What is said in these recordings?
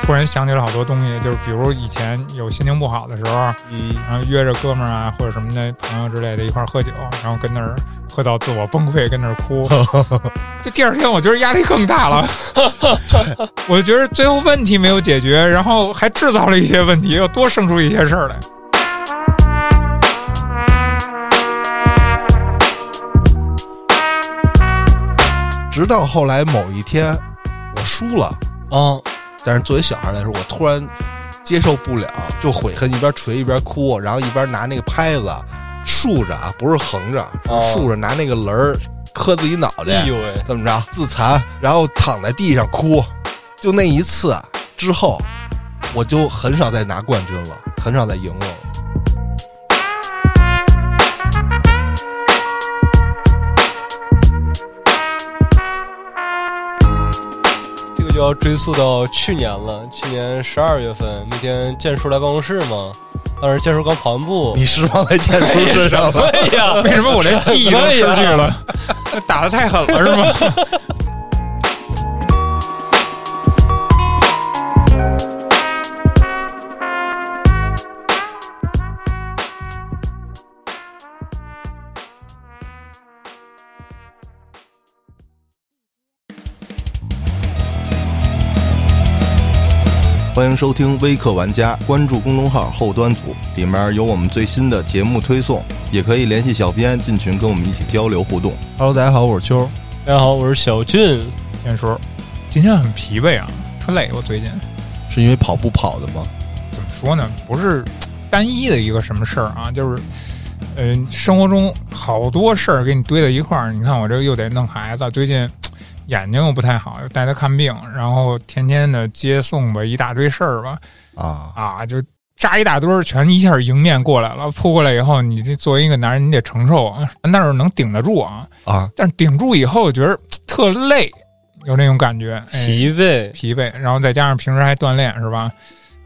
突然想起了好多东西，就是比如以前有心情不好的时候，嗯，然后约着哥们儿啊或者什么的朋友之类的一块儿喝酒，然后跟那儿喝到自我崩溃，跟那儿哭。 这第二天我觉得压力更大 了，我觉得最后问题没有解决，然后还制造了一些问题，又多生出一些事儿来。直到后来某一天，我输了，哦，但是作为小孩来说，我突然接受不了，就悔恨，一边捶一边哭，然后一边拿那个拍子竖着啊，不是横着，哦竖着拿那个轮儿磕自己脑袋哎，呦喂，怎么着自残，然后躺在地上哭。就那一次啊之后，我就很少再拿冠军了，很少再赢了。这个就要追溯到去年了。去年十二月份那天，建叔来办公室嘛，当时建叔刚跑完步，你释放在建哎筑身上了，对呀， 为什么我连记忆都失去了？ 打得太狠了是吗？ 欢迎收听微客玩家，关注公众号后端组，里面有我们最新的节目推送，也可以联系小编进群跟我们一起交流互动。Hello，大家好，我是秋。大家好，我是小俊。天叔，今天很疲惫啊，特累，我最近。是因为跑步跑的吗？怎么说呢？不是单一的一个什么事儿啊，就是，呃，生活中好多事儿给你堆在一块儿。你看我这又得弄孩子，最近眼睛又不太好，又带他看病，然后天天的接送吧，一大堆事儿吧，啊，啊，就扎一大堆儿，全一下迎面过来了。扑过来以后，你这作为一个男人，你得承受啊，但是能顶得住啊。啊，但是顶住以后，觉得特累，有那种感觉，哎、疲 惫，疲惫，然后再加上平时还锻炼是吧？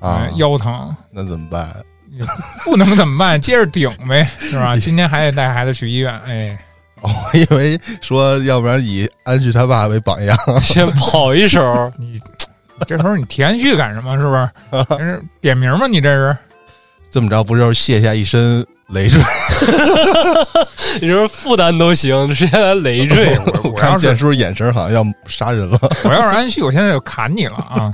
啊呃腰疼。那怎么办？ 不能怎么办？接着顶呗，是 吧？今天还得带孩子去医院，哎，我以为说，要不然以安旭他爸为榜样，先跑一手，你这时候你填序干什么？是不 是？这是点名吗？你这是？ 这么着不就是卸下一身累赘？你说负担都行，直接来累 赘。我我哎我要看是建叔眼神好像要杀人 了。我要是安旭，我现在就砍你了 啊！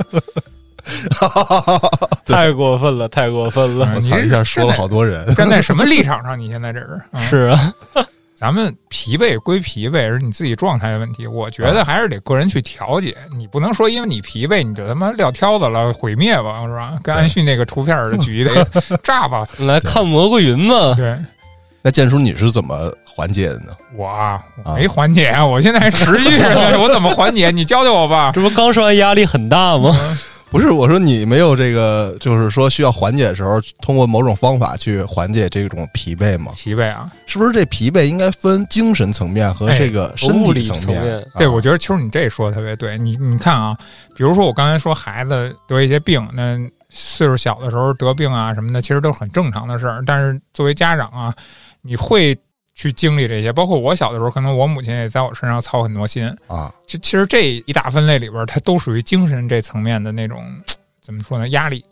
太过分了，太过分了！我嗯你操，这一下说了好多 人。站在什么立场上？你现在这是？嗯、是啊，咱们疲惫归疲惫，是你自己状态的问题。我觉啊得还是得个人去调节，你不能说因为你疲惫，你就他妈撂挑子了，毁灭吧，是吧？跟安旭那个图片儿的举 例，炸吧，来看蘑菇云嘛，对。那建叔你是怎么缓解的呢？我啊我没缓解，啊、我现在还持续着呢，我怎么缓解？你教教我 吧。这不刚说完压力很大吗？不是，我说你没有这个，就是说需要缓解的时候，通过某种方法去缓解这种疲惫吗？疲惫啊，是不是这疲惫应该分精神层面和这个身体哎物理层面？面啊对，我觉得秋儿你这说的特别对。你你看啊，比如说我刚才说孩子得一些病，那岁数小的时候得病啊什么的，其实都是很正常的事儿。但是作为家长啊，你会去经历这些。包括我小的时候，可能我母亲也在我身上操很多心。啊，就其实这一大分类里边儿，它都属于精神这层面的那种怎么说呢？压力，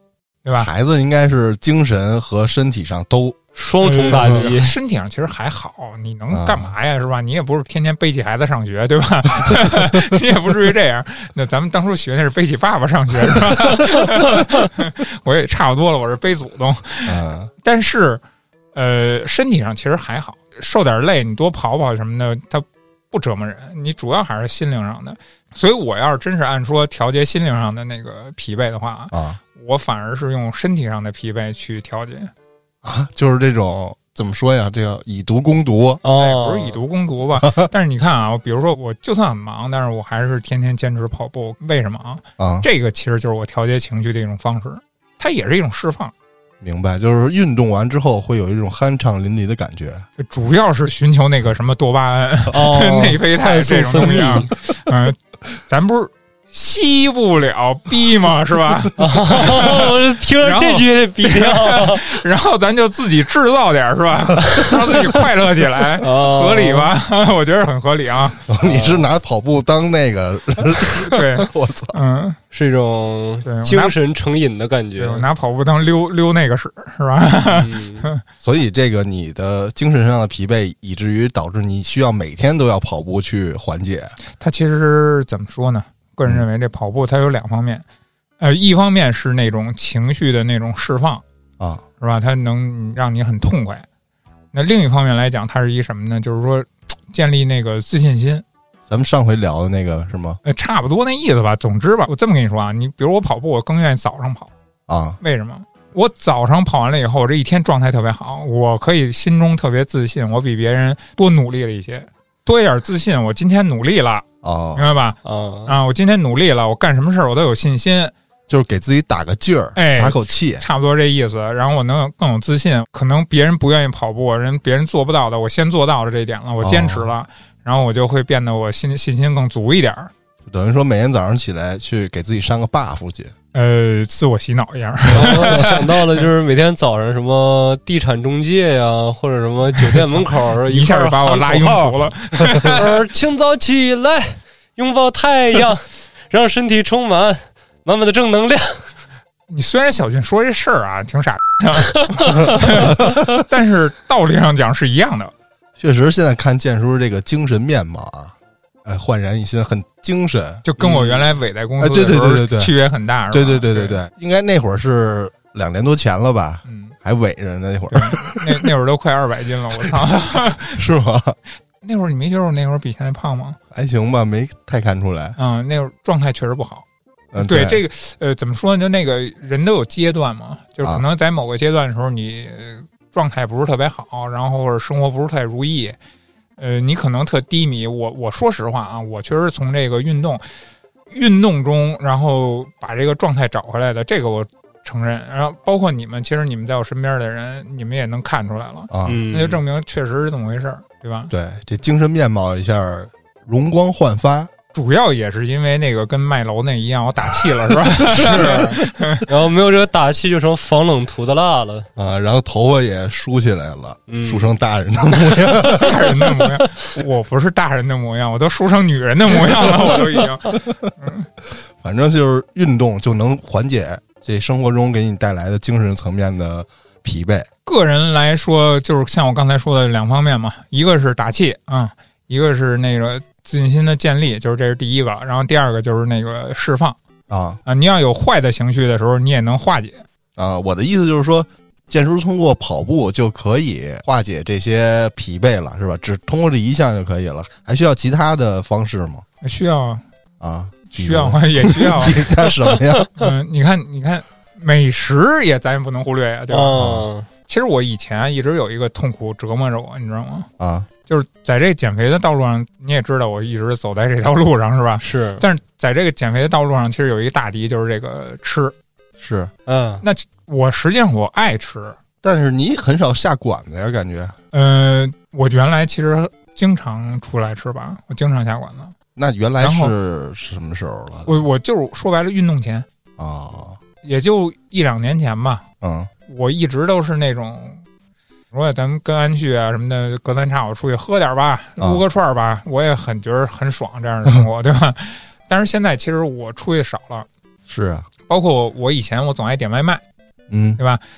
对吧？孩子应该是精神和身体上都双重打击呃，身体上其实还好，你能干嘛呀？是吧？你也不是天天背起孩子上学，对 吧？你也不至于这样。那咱们当初学那是背起爸爸上学，是吧？ 我也差不多了，我是背祖宗。嗯但是，呃，身体上其实还好，受点累，你多跑跑什么的，它不折磨人。你主要还是心灵上的。所以，我要是真是按说调节心灵上的那个疲惫的话，啊我反而是用身体上的疲惫去调节。啊，就是这种怎么说呀？这个以毒攻毒哎，哦，不是以毒攻毒 吧？但是你看啊，比如说我就算很忙，但是我还是天天坚持跑步，为什么啊？啊，这个其实就是我调节情绪的一种方式，它也是一种释放，明白？就是运动完之后会有一种酣畅淋漓的感觉。 就主要是寻求 那个什么多巴胺、哦内啡肽快速这种分东西啊泌。嗯，咱不是吸不了逼嘛，是吧？ 我听着这句也得毙 掉。然后咱就自己制造点儿，是吧？让自己快乐起来，哦合理吧？ 我觉得很合理啊。你是拿跑步当那个？对，我操！嗯，是一种对我拿精神成瘾的感对觉。我拿跑步当溜溜那个屎，是吧？嗯，所以这个你的精神上的疲惫，以至于导致你需要每天都要跑步去缓解。它其实怎么说呢？个人认嗯为这跑步它有两方面，呃，一方面是那种情绪的那种释放，啊，是吧？它能让你很痛快。那另一方面来讲，它是一什么呢？就是说建立那个自信心，咱们上回聊的那个是吗？呃，差不多那意思吧。总之吧，我这么跟你说啊，你比如我跑步，我更愿意早上跑，啊，为什么？我早上跑完了以后，我这一天状态特别好，我可以心中特别自信，我比别人多努力了一些，多一点自信，我今天努力了，哦明，白吧？啊，啊，我今天努力了，我干什么事儿我都有信心，就是给自己打个劲儿，哎打口气。差不多这意思。然后我能有更有自信，可能别人不愿意跑步，人别人做不到的，我先做到了这一点了，我坚持哦了，然后我就会变得我信信心更足一点儿。等于说每天早上起来去给自己上个 buff 去。呃，自我洗脑一 样，然后想到了就是每天早上什么地产中介呀，或者什么酒店门 口一下块就儿把我喊拉口庸号 俗了。嗯呃，清早起来，拥抱太阳，让身体充满满满的正能量。你虽然小俊说这事儿啊挺傻，但是道理上讲是一样的。确实，现在看建叔这个精神面貌啊，哎，焕然一新，很精神。就跟我原来伟在公司哎对的时对候对对对区别很大，是吧？对对对对啊对，对，应该那会儿是两年多前了吧，嗯，还伟着呢，那会儿对那那会儿都快二百斤了，我操！ 是吗？那会儿你没觉得我那会儿比现在胖吗？还行吧，没太看出来。嗯，那会儿状态确实不好。嗯，对这这个，呃，怎么说呢？就那个人都有阶段嘛，就是可啊能在某个阶段的时候，你呃状态不是特别好，然后或者生活不是太如意，呃，你可能特低迷。我我说实话啊，我确实是从这个运动运动中，然后把这个状态找回来的，这个我承认。然后包括你们，其实你们在我身边的人，你们也能看出来了，啊，嗯那就证明确实是这么回事儿，对吧？对这精神面貌一下容光焕发，主要也是因为那个跟麦楼那一样，我打气了，是吧？是，然后没有这个打气就成防冷涂的蜡了。啊，然后头发也梳起来了，嗯梳成大人的模样。大人的模样， 我不是大人的模样，我都梳成女人的模样了， 我都已经。反正就是运动就能缓解这生活中给你带来的精神层面的疲惫。个人来说，就是像我刚才说的两方面嘛，一个是打气啊、一个是那个自信心的建立，就是这是第一个。然后第二个就是那个释放啊啊，你要有坏的情绪的时候，你也能化解。啊！我的意思就是说，健叔通过跑步就可以化解这些疲惫了，是吧？只通过这一项就可以了，还需要其他的方式吗？需要 啊，比如需要也需 要，干什么呀？嗯，你看你看，美食也咱也不能忽略呀，啊对吧？嗯，其实我以前啊一直有一个痛苦折磨着我，你知道吗？啊，就是在这减肥的道路上，你也知道我一直走在这条路上，是吧？是，但是在这个减肥的道路上，其实有一个大敌，就是这个吃。是，嗯，那我实际上我爱吃，但是你很少下馆子呀，感觉。呃，我原来其实经常出来吃吧，我经常下馆子。那原来然后是是什么时候了我我就是说白了，运动前啊？也就一两年前吧，嗯我一直都是那种，我说咱们跟安旭啊什么的，隔三差五出去喝点吧，啊撸个串儿吧，我也很觉得很爽这样的生活，对吧？但是现在其实我出去少了，是啊，包括我我以前我总爱点外卖。嗯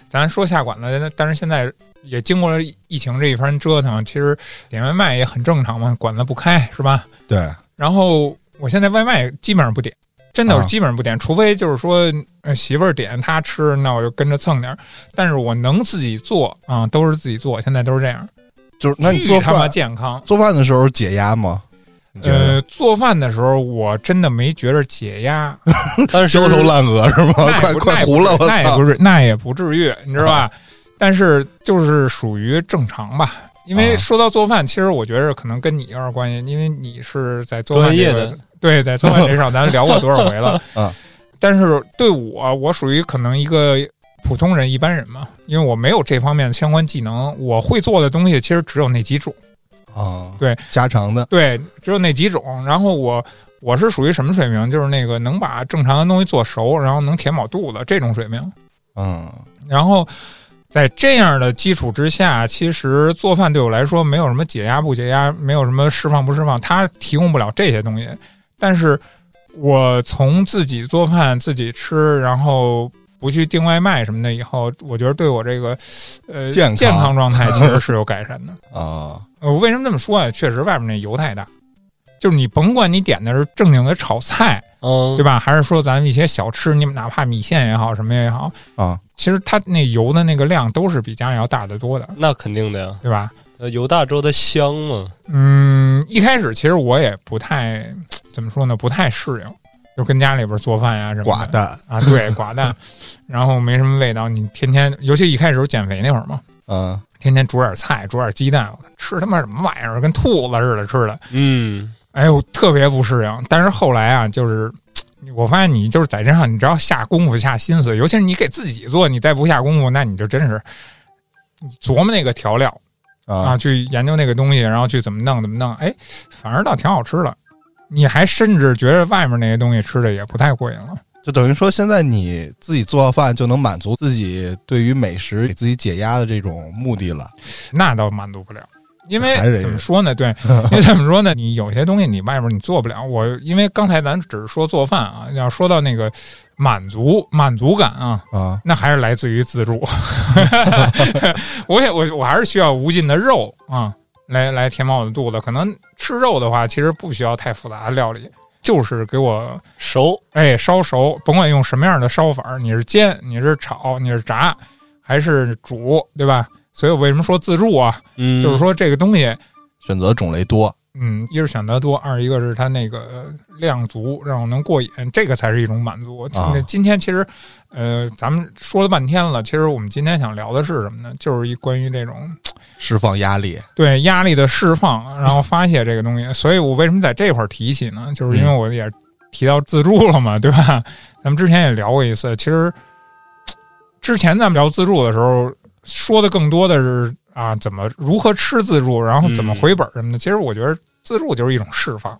咱说下馆子，但是现在也经过了疫情这一番折腾，其实点外卖也很正常嘛，馆子不开是吧？对，然后我现在外卖基本上不点，真的啊我基本上不点，除非就是说、呃媳妇儿点她吃，那我就跟着蹭点儿。但是我能自己做啊、都是自己做，现在都是这样。就是那你巨做他妈饭健康。做饭的时候解压吗？你觉得呃，做饭的时候我真的没觉着解压，但是焦头烂额是吗？那也快不哦快糊了，我那也操！啊不是，那也不至于，你知道吧？但是就是属于正常吧。因为啊说到做饭，其实我觉着可能跟你有点关系，因为你是在做饭专业这个的，对，在做饭这上咱聊过多少回了 啊。但是对我，我属于可能一个普通人、一般人嘛，因为我没有这方面的相关技能，我会做的东西其实只有那几种。啊，对，家常的对，只有那几种。然后我我是属于什么水平？就是那个能把正常的东西做熟，然后能填饱肚子这种水平。嗯，然后在这样的基础之下，其实做饭对我来说没有什么解压不解压，没有什么释放不释放，它提供不了这些东西。但是我从自己做饭、自己吃，然后不去订外卖什么的以后，我觉得对我这个呃健康康状态其 实是有改善的。啊，我为什么这么说啊？确实外面那油太大，就是你甭管你点的是正经的炒菜，嗯，对吧？还是说咱们一些小吃，你们哪怕米线也好，什么也好啊，其实它那油的那个量都是比家里要大得多的，那肯定的呀，对吧？呃油大之后它香嘛，嗯，一开始其实我也不太怎么说呢，不太适应，就跟家里边做饭呀、什么的寡淡，啊，对，寡 淡，然后没什么味道。你天天，尤其一开始减肥那会儿嘛，嗯天天煮点菜，煮点鸡蛋，吃他妈什么玩意儿，跟兔子似的吃的。嗯，哎呦，特别不适应。但是后来啊，就是我发现你就是在这上，你只要下功夫、下心思，尤其是你给自己做，你再不下功夫，那你就真是你琢磨那个调料啊，啊，去研究那个东西，然后去怎么弄、怎么弄，哎，反而倒挺好吃的。你还甚至觉得外面那些东西吃的也不太过瘾了。就等于说现在你自己做饭就能满足自己对于美食给自己解压的这种目的了。那倒满足不了。因为还是怎么说呢？ 对，因为怎么说呢？你有些东西你外边你做不了。我因为刚才咱只是说做饭啊，要说到那个满足满足感啊，啊那还是来自于自助。我也我我还是需要无尽的肉啊，来来填饱我的肚子。可能吃肉的话，其实不需要太复杂的料理，就是给我熟，哎烧熟，甭管用什么样的烧法儿，你是煎，你是炒，你是炸，还是煮，对吧？所以我为什么说自助啊？嗯，就是说这个东西，选择种类多，嗯，一是选择多，二一个是它那个呃量足，让我能过瘾，这个才是一种满足。啊那今天其实，呃，咱们说了半天了，其实我们今天想聊的是什么呢？就是一关于这种释放压力。对压力的释放，然后发泄这个东西。所以我为什么在这块儿提起呢？就是因为我也提到自助了嘛，对吧？咱们之前也聊过一次，其实之前咱们聊自助的时候，说的更多的是啊，怎么如何吃自助，然后怎么嗯回本儿什么的。其实我觉得自助就是一种释放。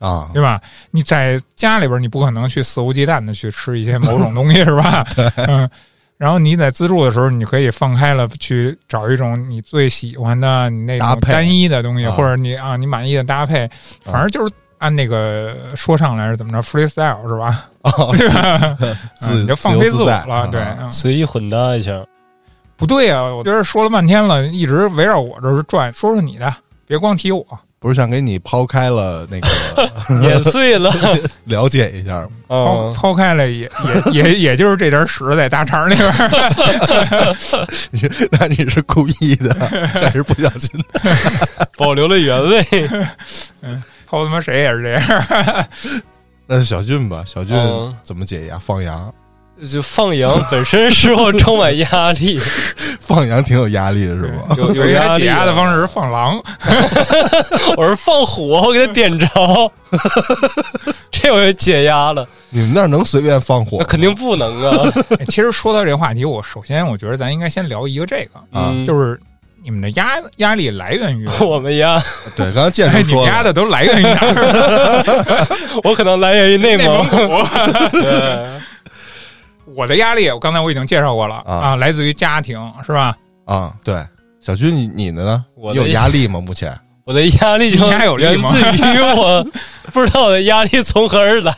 啊， 对吧？你在家里边儿，你不可能去肆无忌惮的去吃一些某种东西，是 吧？嗯。然后你在自助的时候，你可以放开了去找一种你最喜欢的、你那搭种配单一的东西，啊或者你啊你满意的搭配，反正就是按那个说唱来是怎么着，freestyle 是吧？ 哦对吧？嗯自你就放飞自由我在了，对。啊嗯随意混搭一下， 不对啊，我觉得说了半天了，一直围绕我这儿转，说说你的，别光提我。不是想给你抛开了那个 碾 碎了，了解一下吗，抛哦嗯，抛开了也也也也就是这点屎在大肠里边儿。 那你是故意的还是不小心的？ 保留了原味，后他妈谁也是这样。那是小俊吧，小俊嗯怎么解压？放羊，就放羊本身是我充满压力， 放羊挺有压力的是吗？有有人压家力解压的啊方式是放狼，我是放火，我给它点着， 这我就解压了。你们那儿能随便放火那？肯定不能啊，哎其实说到这个话题，我首先我觉得咱应该先聊一个这个，啊嗯就是你们的压压力来源于。我们压，对，刚刚 建哎，叔你们说压了，的都来源于哪儿？我可能来源于内内蒙蒙。古。 对，我的压力，我刚才我已经介绍过了啊啊，来自于家庭，是吧？啊，对，小俊你你的呢？我你的有压力吗？目前我的压力就你还有力源吗自 于我不知道我的压力从何而来。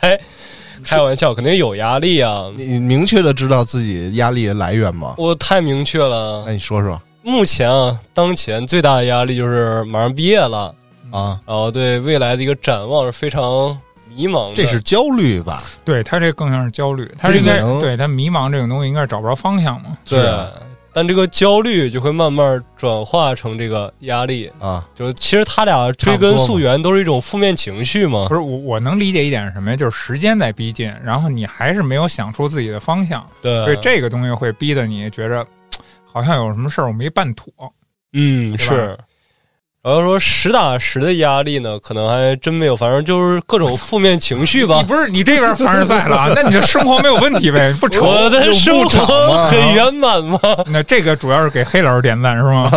开玩笑，肯定有压力啊！你你明确的知道自己压力的来源吗？我太明确了那，你说说目前啊，当前最大的压力就是马上毕业了，啊，然后对未来的一个展望是非常迷茫的。这是焦虑吧？对他这更像是焦虑，他是应该这个能对他迷茫这种东西应该是找不着方向嘛。对是啊，但这个焦虑就会慢慢转化成这个压力。啊，就是其实他俩追根溯源都是一种负面情绪嘛不。是我我能理解一点是什么呀？就是时间在逼近，然后你还是没有想出自己的方向，对，所以这个东西会逼得你觉着好像有什么事儿我没办妥。嗯是吧是。然后说实打实的压力呢，可能还真没有，反正就是各种负面情绪吧 你。不是你这边凡尔赛 了啊？那你的生活没有问题呗？不愁。我的生活很圆满吗？那这个主要是给黑老师点赞是 吗？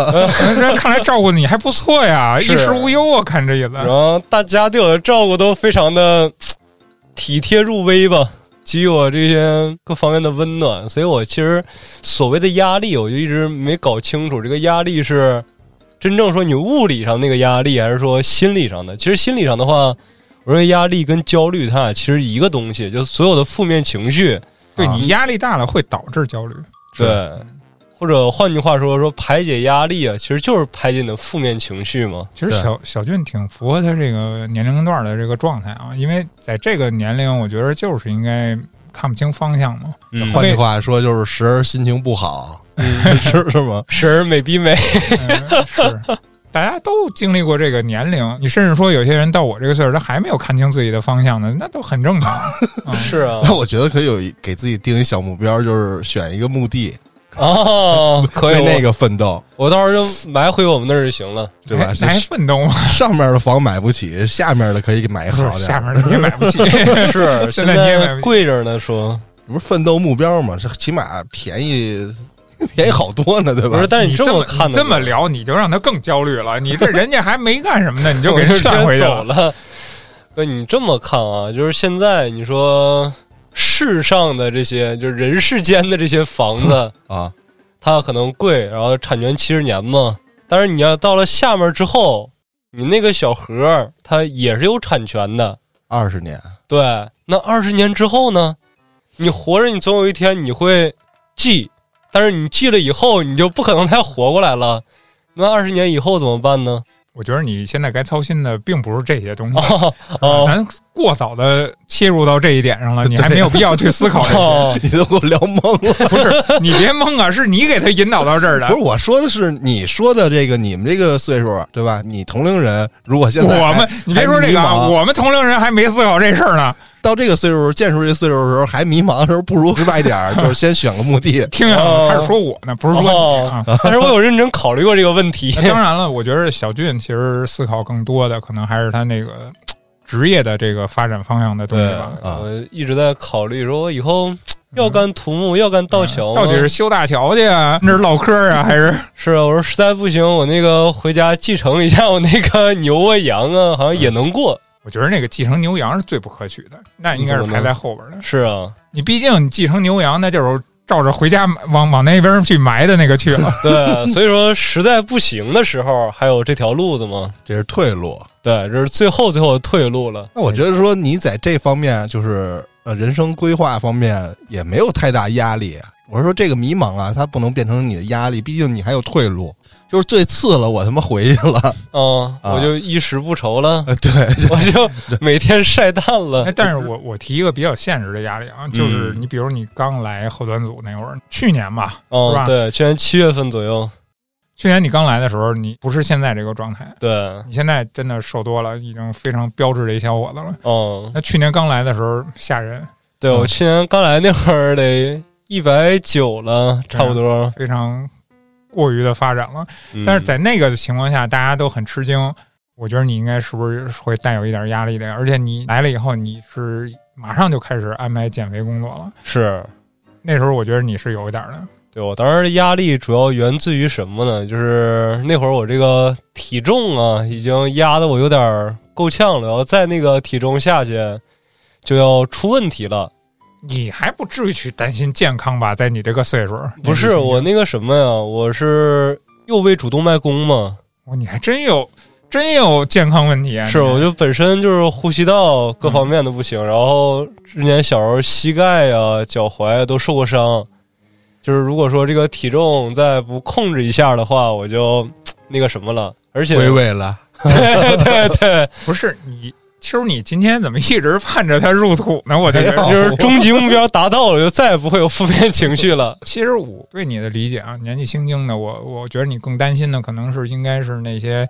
这看来照顾你还不错呀，衣是食无忧啊，看这意思然。后大家对我的照顾都非常的体贴入微吧，给予我这些各方面的温暖，所以我其实所谓的压力，我就一直没搞清楚这个压力是真正说你物理上那个压力，还是说心理上的。其实心理上的话，我认为压力跟焦虑它俩其实一个东西，就所有的负面情绪，对你压力大了会导致焦虑，对，或者换句话说，说排解压力啊，其实就是排解你的负面情绪嘛。其实对小小俊挺符合他这个年龄段的这个状态啊，因为在这个年龄，我觉得就是应该看不清方向嘛。嗯，换句话说，就是时而心情不好，是是吗？ 神儿美逼美，嗯是，大家都经历过这个年龄，你甚至说有些人到我这个岁数，他还没有看清自己的方向呢，那都很正常。嗯、 是啊，那我觉得可以有一给自己定一小目标，就是选一个墓地，哦，可以，为那个个奋斗，我到时候就埋回我们那儿就 行了。对吧？还这还奋斗吗？上面的房买不起，下面的可以给买一不是好点下面儿。的你也买不起。是，现 现在你也买不起跪着呢，说你不是奋斗目标吗？这起码便宜 便宜好多呢，对不吧是，？但是你这么看你的，这么，聊，你就让他更焦虑了。你这人家还没干什么呢，你就给人我劝回直接去走 了。了。哥，你这么看啊，就是现在你说世上的这些，就是人世间的这些房 子，啊，它可能贵，然后产权七十年嘛。但是你要到了下面之后，你那个小盒儿它也是有产权的，二十年， 对，那二十年之后呢？你活着，你总有一天你会记，但是你记了以后，你就不可能再活过来了。那二十年以后怎么办呢？我觉得你现在该操心的并不是这些东西，哦哦咱过早的切入到这一点上了，你还没有必要去思考这些。哦，你都给我聊 懵了。不是，你别懵啊，是你给他引导到这儿 的不。是我说的是你说的这个，你们这个岁数对吧？你同龄人如果现在我还们，你别说这个还啊，迷茫我们同龄人还没思考这事儿呢。到这个岁数，建树这岁数的时候还迷茫的时候，不如直白点儿，就是先选个墓地。听见了哦吗？开始说我呢，不是说你啊。但是我有认真考虑过这个问题。那当然了，我觉得小俊其实思考更多的可能还是他那个职业的这个发展方向的东西吧。嗯啊我一直在考虑，说我以后要干土木，要干造桥吗，到底是修大桥去啊，那是唠嗑啊，还是 是啊？我说实在不行，我那个回家继承一下我那个 牛啊羊啊，好像也能过。我觉得那个继承牛羊是最不可取的，那应该是排在后边 的。是啊，你毕竟你继承牛羊，那就是照着回家往往那边去埋的那个去 了。 对，所以说实在不行的时候，还有这条路子嘛。这是退路。对，这是最后最后的退路了。那我觉得说你在这方面就是呃人生规划方面也没有太大压力。我是说这个迷茫啊，它不能变成你的压力，毕竟你还有退路。就是最次了，我他妈回去了。嗯，啊我就衣食不愁了，呃，对，这 我就每天晒蛋了哎，。但是我我提一个比较现实的压力啊，就是嗯你比如你刚来后端组那会儿，去年吧，是嗯吧，对，去年七月份左右，去年你刚来的时候，你不是现在这个状态，对，你现在真的瘦多了，已经非常标致的一小伙子了。嗯，那去年刚来的时候吓人，对我去年刚来那会儿得一百九了，差不多。嗯非常过于的发展了。啊但是在那个情况下，大家都很吃惊。我觉得你应该是不是会带有一点压力的？而且你来了以后，你是马上就开始安排减肥工作了。嗯是那时候我觉得你是有一点儿的，对我当时压力主要源自于什么呢？就是那会儿我这个体重啊，已经压得我有点儿够呛了，要再那个体重下去，就要出问题了。你还不至于去担心健康吧？在你这个岁数，不是我那个什么呀，我是右胃主动脉弓嘛，我你还真有真有健康问题啊！是你我就本身就是呼吸道各方面的不行，然后之前小时候膝盖呀、脚踝啊都受过伤，就是如果说这个体重再不控制一下的话，我就那个什么了，而且归位了。对对对，不是你，秋儿，你今天怎么一直盼着他入土呢？我就觉得没有， 就是终极目标达到了，就再也不会有负面情绪了。其实我对你的理解啊，年纪轻轻的，我我觉得你更担心的可能是应该是那些，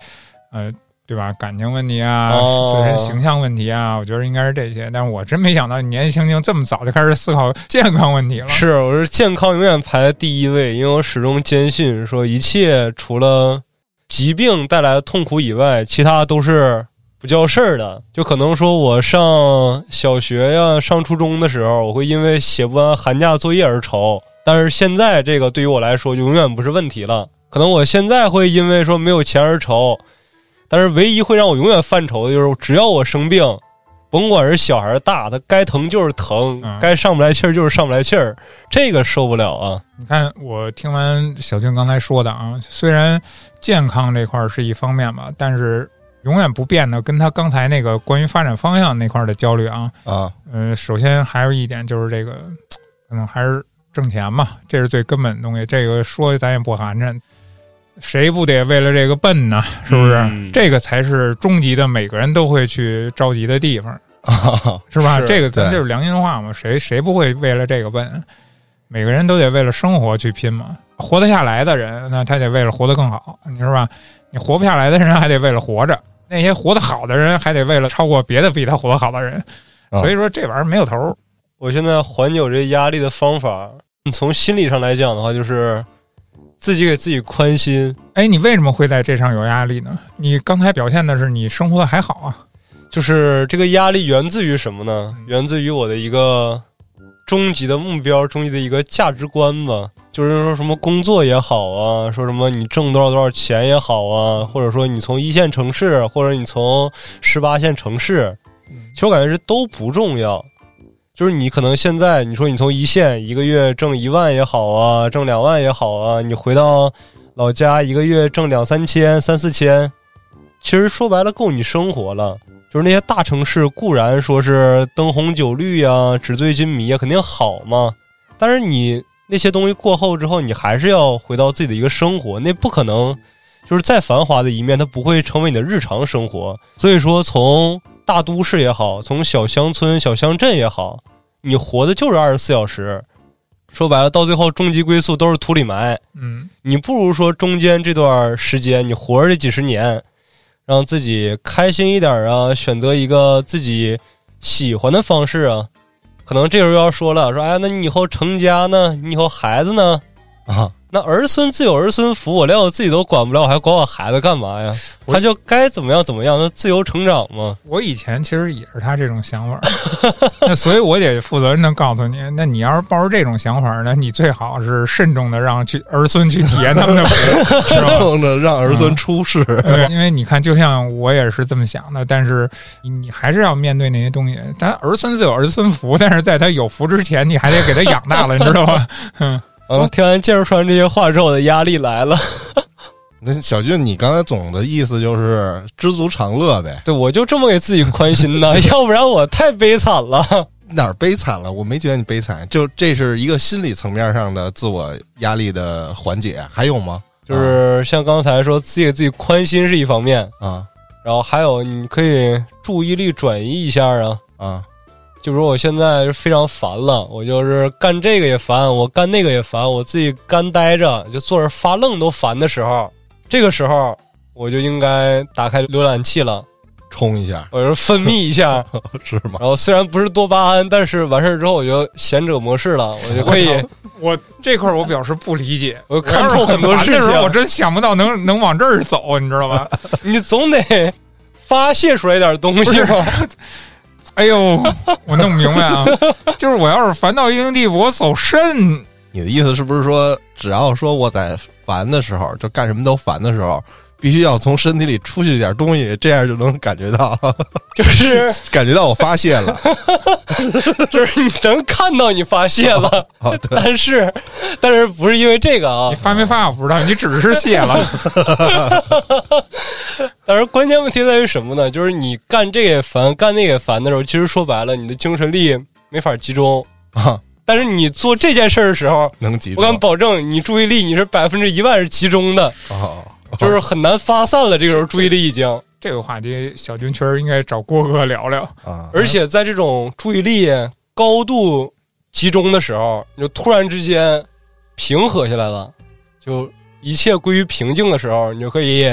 呃，对吧？感情问题啊，哦自身形象问题啊，我觉得应该是这些。但是我真没想到你年纪轻轻这么早就开始思考健康问题了。是，我是健康永远排在第一位，因为我始终坚信说一切除了疾病带来的痛苦以外，其他都是不叫事儿的。就可能说我上小学呀、上初中的时候，我会因为写不完寒假作业而愁，但是现在这个对于我来说永远不是问题了。可能我现在会因为说没有钱而愁，但是唯一会让我永远犯愁的就是，只要我生病，甭管是小还是大，他该疼就是疼嗯，该上不来气儿就是上不来气儿，这个受不了啊。你看，我听完小俊刚才说的啊，虽然健康这块儿是一方面吧，但是永远不变的，跟他刚才那个关于发展方向那块儿的焦虑啊，啊，嗯、首先还有一点就是这个，可能还是挣钱嘛，这是最根本的东西。这个说咱也不寒碜，谁不得为了这个奔呢？是不是？嗯这个才是终极的，每个人都会去着急的地方，是吧？是这个咱对就是良心话嘛，谁谁不会为了这个奔？每个人都得为了生活去拼嘛。活得下来的人，那他得为了活得更好，你说吧？你活不下来的人还得为了活着，那些活得好的人还得为了超过别的比他活得好的人。啊所以说这玩意儿没有头儿，我现在缓解我这压力的方法，从心理上来讲的话，就是自己给自己宽心。哎，你为什么会在这上有压力呢？你刚才表现的是你生活的还好啊，就是这个压力源自于什么呢？源自于我的一个终极的目标，终极的一个价值观吧。就是说什么工作也好啊，说什么你挣多少多少钱也好啊，或者说你从一线城市，或者你从十八线城市，其实我感觉这都不重要。就是你可能现在你说你从一线一个月挣一万也好啊，挣两万也好啊，你回到老家一个月挣两三千、三四千，其实说白了够你生活了。就是那些大城市固然说是灯红酒绿呀、纸醉金迷啊，肯定好嘛。但是你那些东西过后之后，你还是要回到自己的一个生活，那不可能。就是再繁华的一面，它不会成为你的日常生活。所以说，从大都市也好，从小乡村、小乡镇也好，你活的就是二十四小时。说白了，到最后终极归宿都是土里埋。嗯，你不如说中间这段时间，你活着这几十年，让自己开心一点啊，选择一个自己喜欢的方式啊。可能这时候要说了，说哎呀，那你以后成家呢？你以后孩子呢？啊，那儿孙自有儿孙福，我连我自己都管不了，我还管我孩子干嘛呀？他就该怎么样怎么样，那自由成长嘛。我以前其实也是他这种想法儿， 那所以我得负责任的告诉你，那你要是抱着这种想法儿呢，你最好是慎重的让去儿孙去体验他 们的苦，是吧？正着让儿孙出世，对，因为你看，就像我也是这么想的，但是你你还是要面对那些东西。咱儿孙自有儿孙福，但是在他有福之前，你还得给他养大了，你知道吗？完了，听完建叔说完这些话之后，我的压力来了。那小俊，你刚才总的意思就是知足常乐呗？对，我就这么给自己宽心 呢，要不然我太悲惨了。哪儿悲惨了？我没觉得你悲惨，就这是一个心理层面上的自我压力的缓解。还有吗？就是像刚才说，自己给自己宽心是一方面，啊然后还有你可以注意力转移一下啊。啊就比如我现在就非常烦了，我就是干这个也烦，我干那个也烦，我自己干待着就坐着发愣都烦的时候，这个时候我就应该打开浏览器了， 冲一下我就分泌一下，是吗？然后虽然不是多巴胺，但是完事儿之后我就贤者模式了， 我就可以，我这块儿我表示不理解。我我要看是透很多烦事的时候，我情，真想不到能能往这儿走，你知道吧？你总得发泄出来点东西吧。哎呦，我弄不明白啊！就是我要是烦到一定地步，我走肾，哦你的意思是不是说，只要说我在烦的时候，就干什么都烦的时候，必须要从身体里出去一点东西，这样就能感觉到， 就是感觉到我发泄了。 就是你能看到你发泄 了，哦，对，但是但是不是因为这个啊你？发没发我不知道，你只是泄 了。但是关键问题在于什么呢？就是你干这个也烦，干那个也烦的时候，其实说白了，你的精神力没法集中。啊，但是你做这件事儿的时候，能集我中。敢保证，你注意力你是百分之一万是集中的，哦，就是很难发散了。这个时候注意力已经，这个话题，小军确实应该找郭哥聊聊。啊，而且在这种注意力高度集中的时候，你就突然之间平和下来了，就一切归于平静的时候，你就可以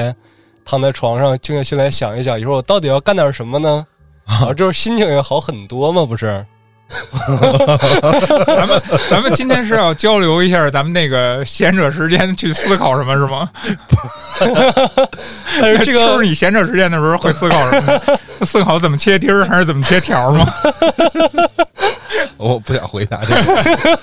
躺在床上静下心来想一想，一会儿我到底要干点什么呢？啊，这时候心情也好很多嘛，不是？咱们咱们今天是要交流一下咱们那个闲者时间去思考什么，是吗？但 是这 就个是你闲者时间的时候会思考什 么？思考怎么切丁儿还是怎么切条吗？我不想回答这 个，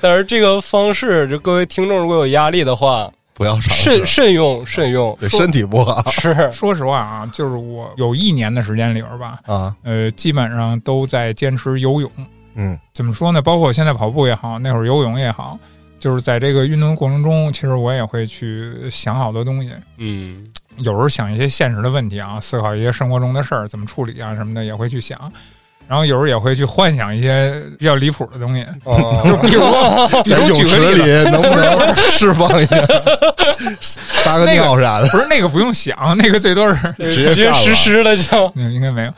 但是这个方式，就各位听众如果有压力的话，不要尝试慎，慎用慎用，对身体不好是说实话啊，就是我有一年的时间里边儿吧，啊。呃，基本上都在坚持游泳。嗯怎么说呢？包括现在跑步也好，那会儿游泳也好，就是在这个运动过程中，其实我也会去想好多东西。嗯有时候想一些现实的问题啊，思考一些生活中的事儿怎么处理啊什么的，也会去想。然后有时候也会去幻想一些比较离谱的 东西，哦，就比如比在如泳举个池例子，里能不 能释放一下，撒个尿啥的？不是那个不用想，那个最多是。直直接干了实施了就那应该没有。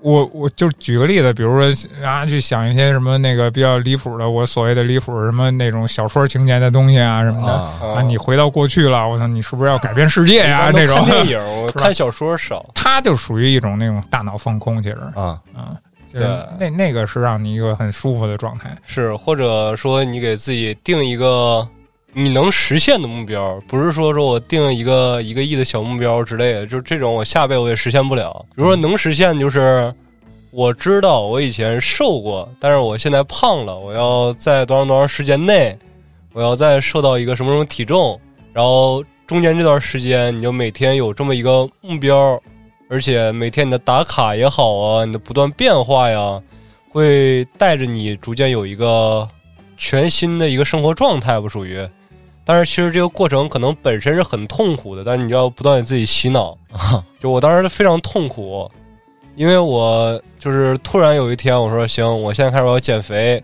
我我就举个例子，比如说啊，去想一些什么那个比较离谱的，我所谓的离谱什么那种小说情节的东西啊什么的。啊，啊，你回到过去了，我操，你是不是要改变世界呀、 啊那看种，电影， 我吧看小说少。他就属于一种那种大脑放空，其实，啊，嗯，就是对那那个是让你一个很舒服的状态。是，或者说你给自己定一个你能实现的目标，不是说说我定一个一个亿的小目标之类的，就是这种我下辈子也实现不了。比如说能实现就是。我知道我以前瘦过，但是我现在胖了。我要在多长多长时间内，我要再瘦到一个什么什么体重，然后中间这段时间你就每天有这么一个目标，而且每天你的打卡也好啊，你的不断变化呀，会带着你逐渐有一个全新的一个生活状态吧，属于。但是其实这个过程可能本身是很痛苦的，但是你要不断给自己洗脑。就我当时非常痛苦，因为我就是突然有一天我说行，我现在开始我要减肥，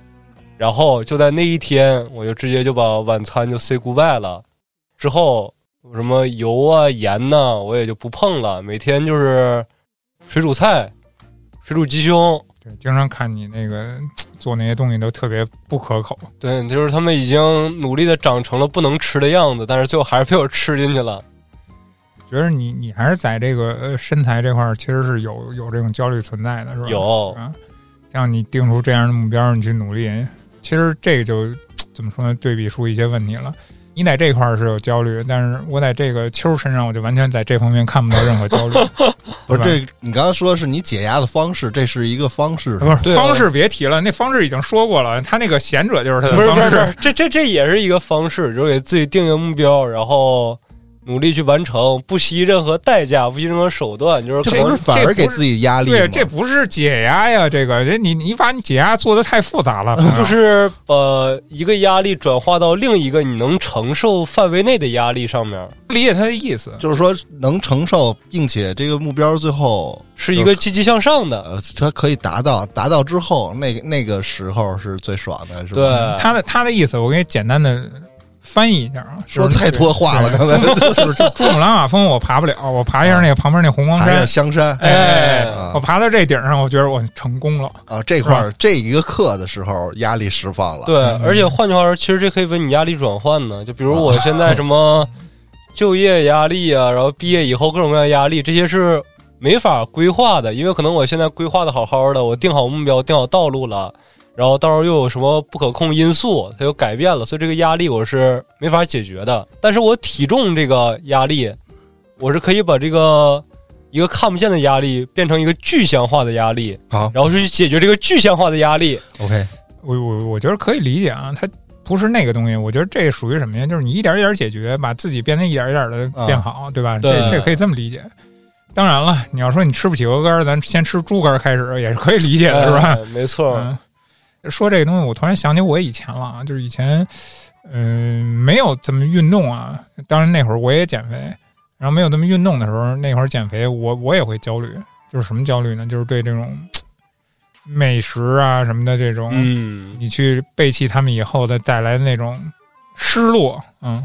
然后就在那一天我就直接就把晚餐就 say goodbye 了，之后什么油啊盐呐、我也就不碰了，每天就是水煮菜、水煮鸡胸，对，经常看你那个呃做那些东西都特别不可口，对，就是他们已经努力的长成了不能吃的样子，但是最后还是被我吃进去了。觉得你你还是在这个呃身材这块儿其实是有有这种焦虑存在的，是吧？有，啊，让你定出这样的目标，你去努力，其实这个就怎么说呢？对比出一些问题了。你在这块儿是有焦虑，但是我在这个秋身上，我就完全在这方面看不到任何焦虑。不是对这，你刚刚说的是你解压的方式，这是一个方式，不对是啊方式别提了，那方式已经说过了，他那个贤者就是他不的是不方是式不是，，这这这也是一个方式，就是给自己定一个目标，然后努力去完成，不惜任何代价，不惜任何手段，就是可这不能是反这而不给是自己压力吗对，？这不是解压呀，这个这你你把你解压做的太复杂了，就是把一个压力转化到另一个你能承受范围内的压力上面，理解他的意思。就是说能承受，并且这个目标最后是一个积极向上的。呃，它可以达到，达到之后那个那个时候是最爽的，是吧？对，，他的他的意思，我给你简单的翻译一下啊，说就是太多话了，对刚才 就是就珠穆朗玛峰我爬不了，我爬一下那个旁边那红光还山有，香山哎哎，我爬到这顶上，我觉得我成功了。啊，这块儿这一个课的时候压力释放了，嗯对，而且换句话说，其实这可以为你压力转换呢。就比如我现在什么 就业压力啊，然后毕业以后各种各样的压力，这些是没法规划的，因为可能我现在规划的好好的，我定好目标，定好道路了，然后到时候又有什么不可控因素，它又改变了，所以这个压力我是没法解决的。但是我体重这个压力，我是可以把这个。一个看不见的压力变成一个具象化的压力，好然后去解决这个具象化的压力。 ，OK，我我我觉得可以理解啊，它不是那个东西。我觉得这属于什么呀？就是你一点一点解决，把自己变得一点一点的变好，对吧？啊对这这可以这么理解。当然了，你要说你吃不起鹅肝，咱先吃猪肝开始也是可以理解的，是吧？哎没错，嗯。说这个东西，我突然想起我以前了啊，就是以前，嗯、没有怎么运动啊。当然那会儿我也减肥，然后没有这么运动的时候，那会儿减肥我我也会焦虑，就是什么焦虑呢？就是对这种美食啊什么的这种，嗯，你去背弃他们以后的带来的那种失落，嗯，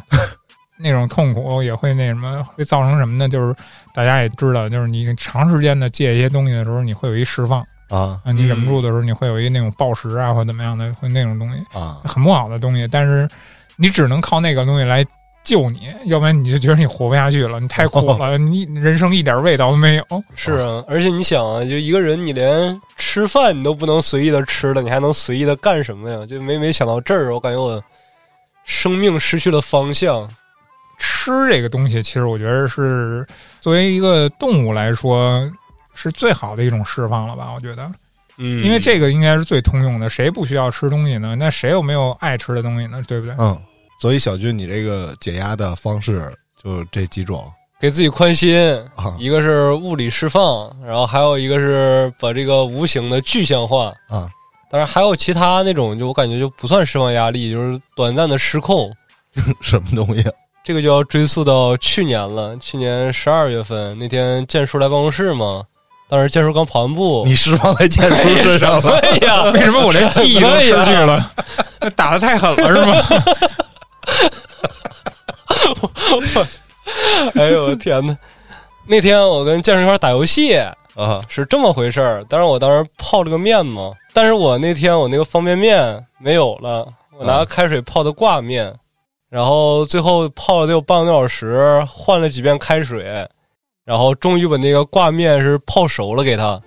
那种痛苦也会那什么，会造成什么呢？就是大家也知道，就是你长时间的戒一些东西的时候，你会有一释放啊啊，你忍不嗯住的时候，你会有一那种暴食啊，或怎么样的，会那种东西啊很不好的东西，但是你只能靠那个东西来救你，要不然你就觉得你活不下去了，你太苦 了，你人生一点味道都没有。是啊，而且你想啊，就一个人，你连吃饭你都不能随意的吃了，你还能随意的干什么呀？就每每想到这儿，我感觉我生命失去了方向。吃这个东西，其实我觉得是作为一个动物来说，是最好的一种释放了吧？我觉得，嗯，因为这个应该是最通用的，谁不需要吃东西呢？那谁又没有爱吃的东西呢？对不对？嗯，所以小俊，你这个解压的方式就这几种给自己宽心，啊一个是物理释放，然后还有一个是把这个无形的具象化。啊，当然还有其他那种，就我感觉就不算释放压力，就是短暂的失控。 什么东西？这个就要追溯到去年了，去年十二月份那天建叔来办公室嘛，当时建叔刚跑完步，你释放在建筑身 上了？ 哎呀，为什么我连记忆都失去了？ 那打的太狠了是吗？哎呦我天哪！那天我跟建叔一块儿打游戏，啊是这么回事儿。但是我当时泡了个面嘛，但是我那天我那个方便面没有了，我拿开水泡的挂啊面，然后最后泡了得有半个多小时，换了几遍开水，然后终于把那个挂面是泡熟了给它。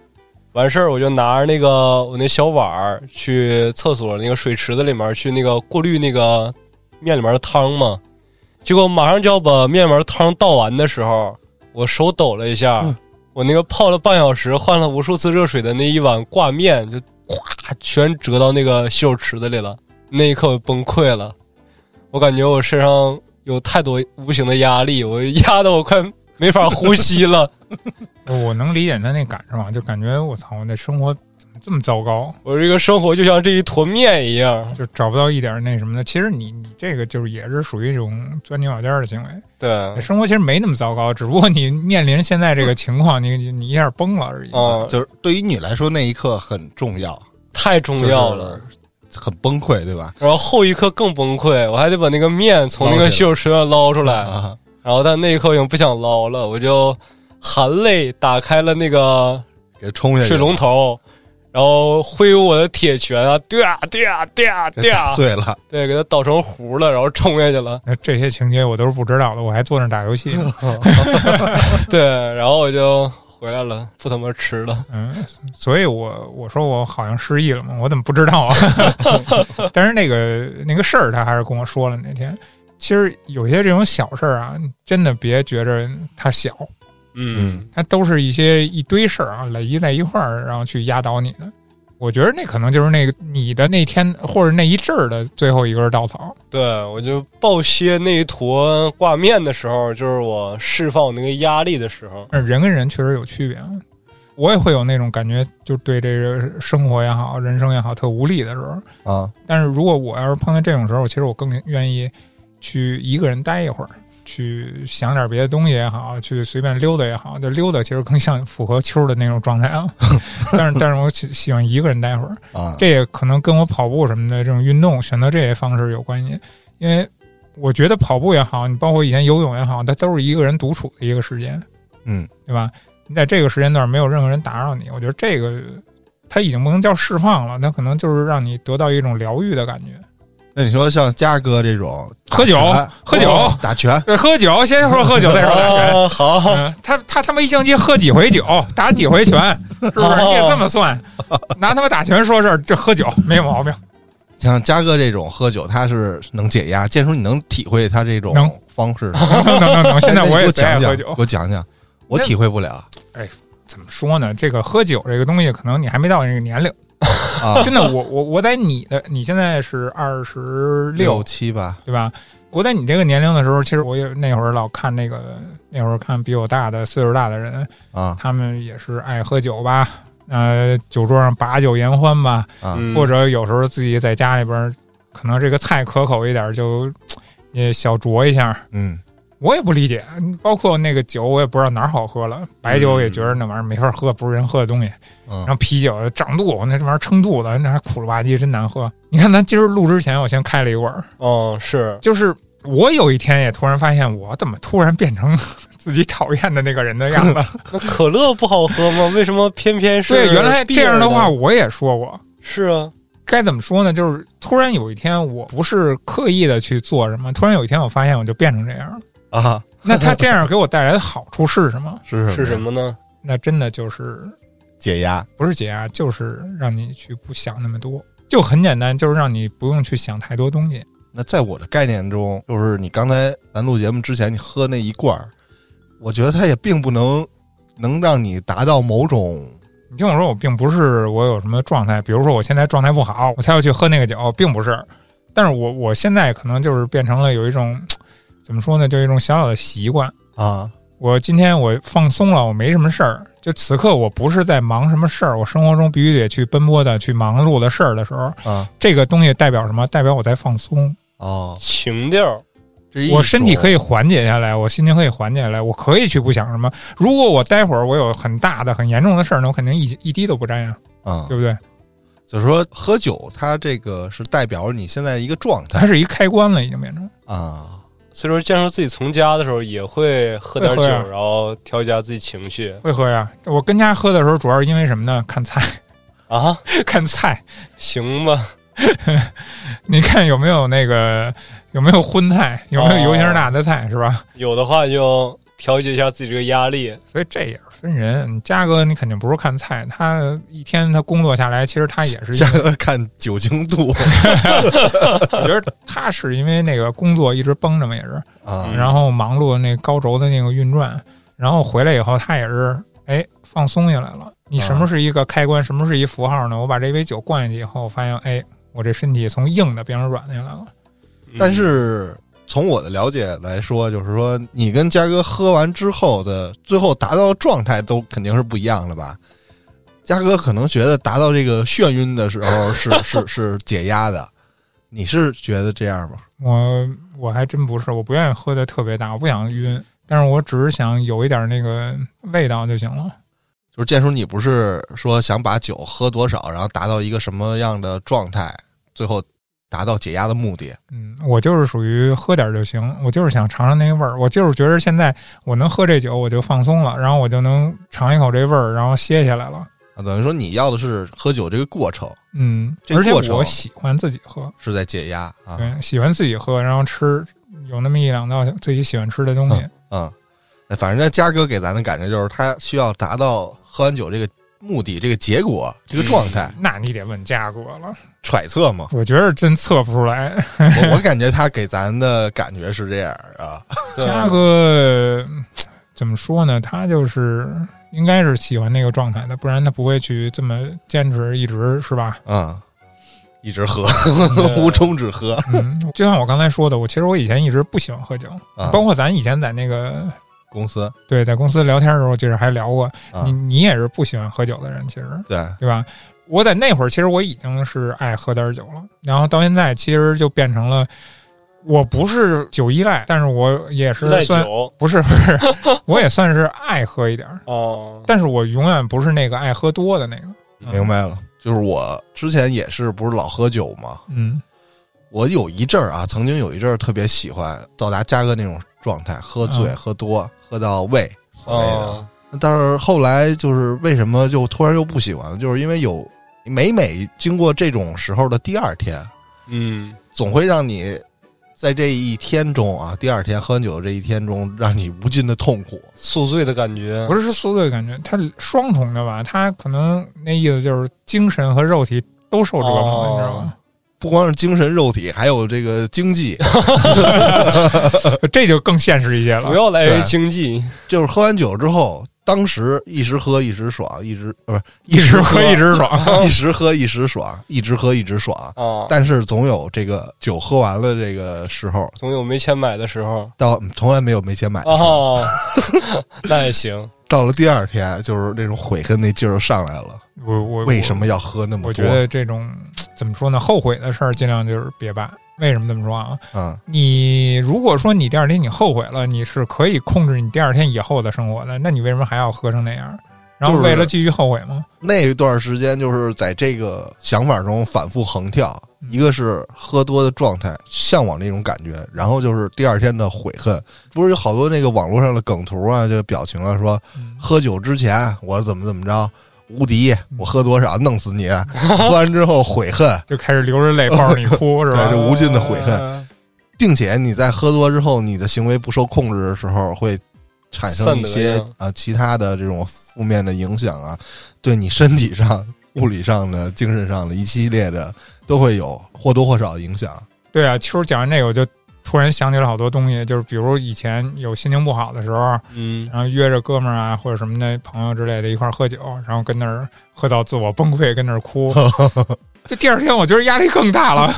完事儿，我就拿着那个我那小碗儿去厕所那个水池子里面去那个过滤那个面里面的汤嘛，结果马上就要把面里面的汤倒完的时候，我手抖了一下，我那个泡了半小时、换了无数次热水的那一碗挂面，就咵全折到那个洗手池子里了。那一刻我崩溃了，我感觉我身上有太多无形的压力，我压得我快没法呼吸了。我能理解他那感受啊，就感觉我操，我那生活怎么这么糟糕，我这个生活就像这一坨面一样。就找不到一点那什么的。其实你你这个就是也是属于一种钻牛角尖儿的行为。对，生活其实没那么糟糕，只不过你面临现在这个情况，你你你一下崩了而已。嗯，就是对于你来说那一刻很重要，太重要了。，很崩溃，对吧？然后后一刻更崩溃，我还得把那个面从那个洗手池上捞出来。啊，然后但那一刻我已经不想捞了，我就含泪打开了那个给冲下去，水龙头，然后挥舞我的铁拳啊，对啊对啊对啊给对啊打，碎了。对，给它捣成糊了，然后冲下去了，那这些情节我都是不知道的，我还坐那儿打游戏呢。对，然后我就回来了，不他妈吃了，嗯，所以我我说我好像失忆了嘛，我怎么不知道啊？但是那个那个事儿，他还是跟我说了那天。其实有些这种小事儿啊，真的别觉着它小，嗯，它都是一些一堆事儿啊累积在一块儿，然后去压倒你的。我觉得那可能就是那个你的那天或者那一阵儿的最后一根稻草。对我就爆歇那一坨挂面的时候，就是我释放我那个压力的时候，但是人跟人确实有区别啊。我也会有那种感觉，就对这个生活也好，人生也好，特无力的时候。啊，但是如果我要是碰见这种时候，其实我更愿意去一个人待一会儿，去想点别的东西也好，去随便溜达也好，就溜达其实更像符合秋儿的那种状态啊。但是，但是我喜喜欢一个人待会儿，啊，这也可能跟我跑步什么的这种运动选择这些方式有关系，因为我觉得跑步也好，你包括以前游泳也好，它都是一个人独处的一个时间。嗯，对吧？你在这个时间段没有任何人打扰你，我觉得这个它已经不能叫释放了，它可能就是让你得到一种疗愈的感觉。那你说像嘉哥这种喝酒打拳，喝酒哦打拳，对，喝酒，先说喝酒，再说打拳。啊，好，嗯，他他他妈一星期喝几回酒，打几回拳，是不是？哦你也这么算，拿他妈打拳说事儿，这喝酒没毛病。 像嘉哥这种喝酒，他是能解压。建叔，你能体会他这种能方式吗？能能能能， 现在哎那你我给也我贼爱讲喝讲，酒给。我讲讲，我那体会不了怎么说呢？这个喝酒这个东西，可能你还没到那个年龄。 啊，真的，我我我在你的，你现在是二十六七吧，对吧？我在你这个年龄的时候，其实我也那会儿老看那个，那会儿看比我大的岁数大的人，啊他们也是爱喝酒吧，呃，酒桌上把酒言欢吧，啊，嗯或者有时候自己在家里边儿，可能这个菜可口一点儿就嘖也小酌一下。嗯我也不理解，包括那个酒，我也不知道哪儿好喝了。白酒也觉得那玩意儿没法喝，不是人喝的东西。嗯然后啤酒胀肚，那玩意儿撑肚子，那还苦了吧唧，真难喝。你看，咱今儿录之前，我先开了一罐儿，嗯，是，就是我有一天也突然发现，我怎么突然变成 自己讨厌的那个人的样子？那可乐不好喝吗？为什么偏偏是？对，原来这样的话，我也说过，是啊，该怎么说呢？就是突然有一天，我不是刻意的去做什么，突然有一天我发现我就变成这样了。啊，那他这样给我带来的好处是什么？是是什什么么呢？那真的就是解压？不是解压，就是让你去不想那么多，就很简单，就是让你不用去想太多东西。那在我的概念中，就是你刚才咱录节目之前你喝那一罐儿，我觉得它也并不能能让你达到某种你听我说，我并不是我有什么状态，比如说我现在状态不好，我才要去喝那个酒，并不是。但是我我现在可能就是变成了有一种怎么说呢，就一种小小的习惯。啊我今天我放松了，我没什么事儿。就此刻我不是在忙什么事儿，我生活中必须得去奔波的、去忙碌的事儿的时候，啊这个东西代表什么？代表我在放松，哦，情调，这是一我身体可以以缓解下来，我心情可以缓解下来，我可以去不想什么。如果我待会儿我有很大的、很严重的事儿，那我肯定一一滴都不沾呀，啊，对不对？就是说喝酒它这个是代表你现在一个状态它是一开关了，已经变成。啊，所以说建设自己从家的时候也会喝点酒，会喝呀然后调节自己情绪会喝呀，我跟家喝的时候，主要是因为什么呢？看菜， 啊，看菜。行吧，你看有没有那个有没有荤菜，有没有油性大的菜，是吧？有的话就调节一下自己这个压力。所以这也是分人。嘉哥，你肯定不是看菜，他一天他工作下来，其实他也是一 下个，个看酒精度我觉得他是因为那个工作一直绷着嘛，也是，啊嗯然后忙碌那高轴的那个运转，然后回来以后他也是哎放松下来了。你什么是一个开关，什么是一符号呢？我把这杯酒灌下去以后，我发现哎，我这身体从硬的变成软的来了。嗯但是从我的了解来说，就是说你跟嘉哥喝完之后的最后达到的状态都肯定是不一样的吧？嘉哥可能觉得达到这个眩晕的时候是 是是解压的，你是觉得这样吗？我我还真不是，我不愿意喝的特别大，我不想晕，但是我只是想有一点那个味道就行了。就是建叔，你不是说想把酒喝多少，然后达到一个什么样的状态，最后达到解压的目的？嗯，我就是属于喝点儿就行，我就是想尝尝那个味儿，我就是觉得现在我能喝这酒，我就放松了，然后我就能尝一口这味儿，然后歇下来了。啊，等于说你要的是喝酒这个过程嗯，这而且过程我喜欢自己喝，是在解压啊。对，喜欢自己喝，然后吃有那么一两道自己喜欢吃的东西。嗯，哎反正嘉哥给咱的感觉就是他需要达到喝完酒这个目的、这个结果、这个状态，那你得问嘉哥了，。揣测嘛我觉得真测不出来。我我感觉他给咱的感觉是这样啊，对嘉哥嗯怎么说呢？他就是应该是喜欢那个状态的，不然他不会去这么坚持一直，是吧？嗯，一直喝， 无终止喝嗯， 就像我刚才说的，我其实我以前一直不喜欢喝酒，啊。包括咱以前在那个公司，对在公司聊天的时候，其实还聊过，啊你你也是不喜欢喝酒的人，其实对，对吧？我在那会儿其实我已经是爱喝点儿酒了，然后到现在其实就变成了，我不是酒依赖，但是我也是赖算酒不是不是，我也算是爱喝一点儿，哦，但是我永远不是那个爱喝多的那个。明白了。就是我之前也是不是老喝酒嘛，嗯，我有一阵儿啊，曾经有一阵儿特别喜欢到达嘉哥那种状态，喝醉、嗯喝多、喝到胃所谓的。哦，但是后来就是为什么就突然又不喜欢了？就是因为有每每经过这种时候的第二天，嗯，总会让你在这一天中啊，第二天喝完酒的这一天中，让你无尽的痛苦。宿醉的感觉不是是宿醉的感觉，它双重的吧？它可能那意思就是精神和肉体都受折磨，哦你知道吗？不光是精神、肉体，还有这个经济， 这就更现实一些主了。要来源于对经济，就是喝完酒之后，当时一时喝一时爽，一直呃不是一一直直喝一直爽，一时喝一时爽，一直喝一直爽。啊，但是总有这个酒喝完了这个时候，总有没钱买的时候到从来没有没钱买的时候。哦， 那 也行，到了第二天，就是那种悔恨那劲儿上来了。我我为什么要喝那我？么我觉多？得这种怎么说呢？后悔的事儿尽量就是别办。为什么这么说啊？嗯你如果说你第二天你后悔了，你是可以控制你第二天以后的生活的，那你为什么还要喝成那样？然后就是为了继续后悔吗？那一段时间就是在这个想法中反复横跳，一个是喝多的状态，向往那种感觉，然后就是第二天的悔恨。不是有好多那个网络上的梗图啊，这个表情啊，说嗯喝酒之前我怎么怎么着，无敌，我喝多少弄死你，喝完之后悔恨，就开始流着泪抱着你 哭是对，这吧？无尽的悔恨，并且你在喝多之后，你的行为不受控制的时候，会产生一散些德呀啊其他的这种负面的影响啊，对你身体上、物理上的、精神上的一系列的都会有或多或少的影响。对啊，秋儿讲完这个，我就突然想起了好多东西，就是比如以前有心情不好的时候，嗯，然后约着哥们儿啊或者什么的朋友之类的一块儿喝酒，然后跟那儿喝到自我崩溃，跟那儿 哭。这第二天我觉得压力更大了，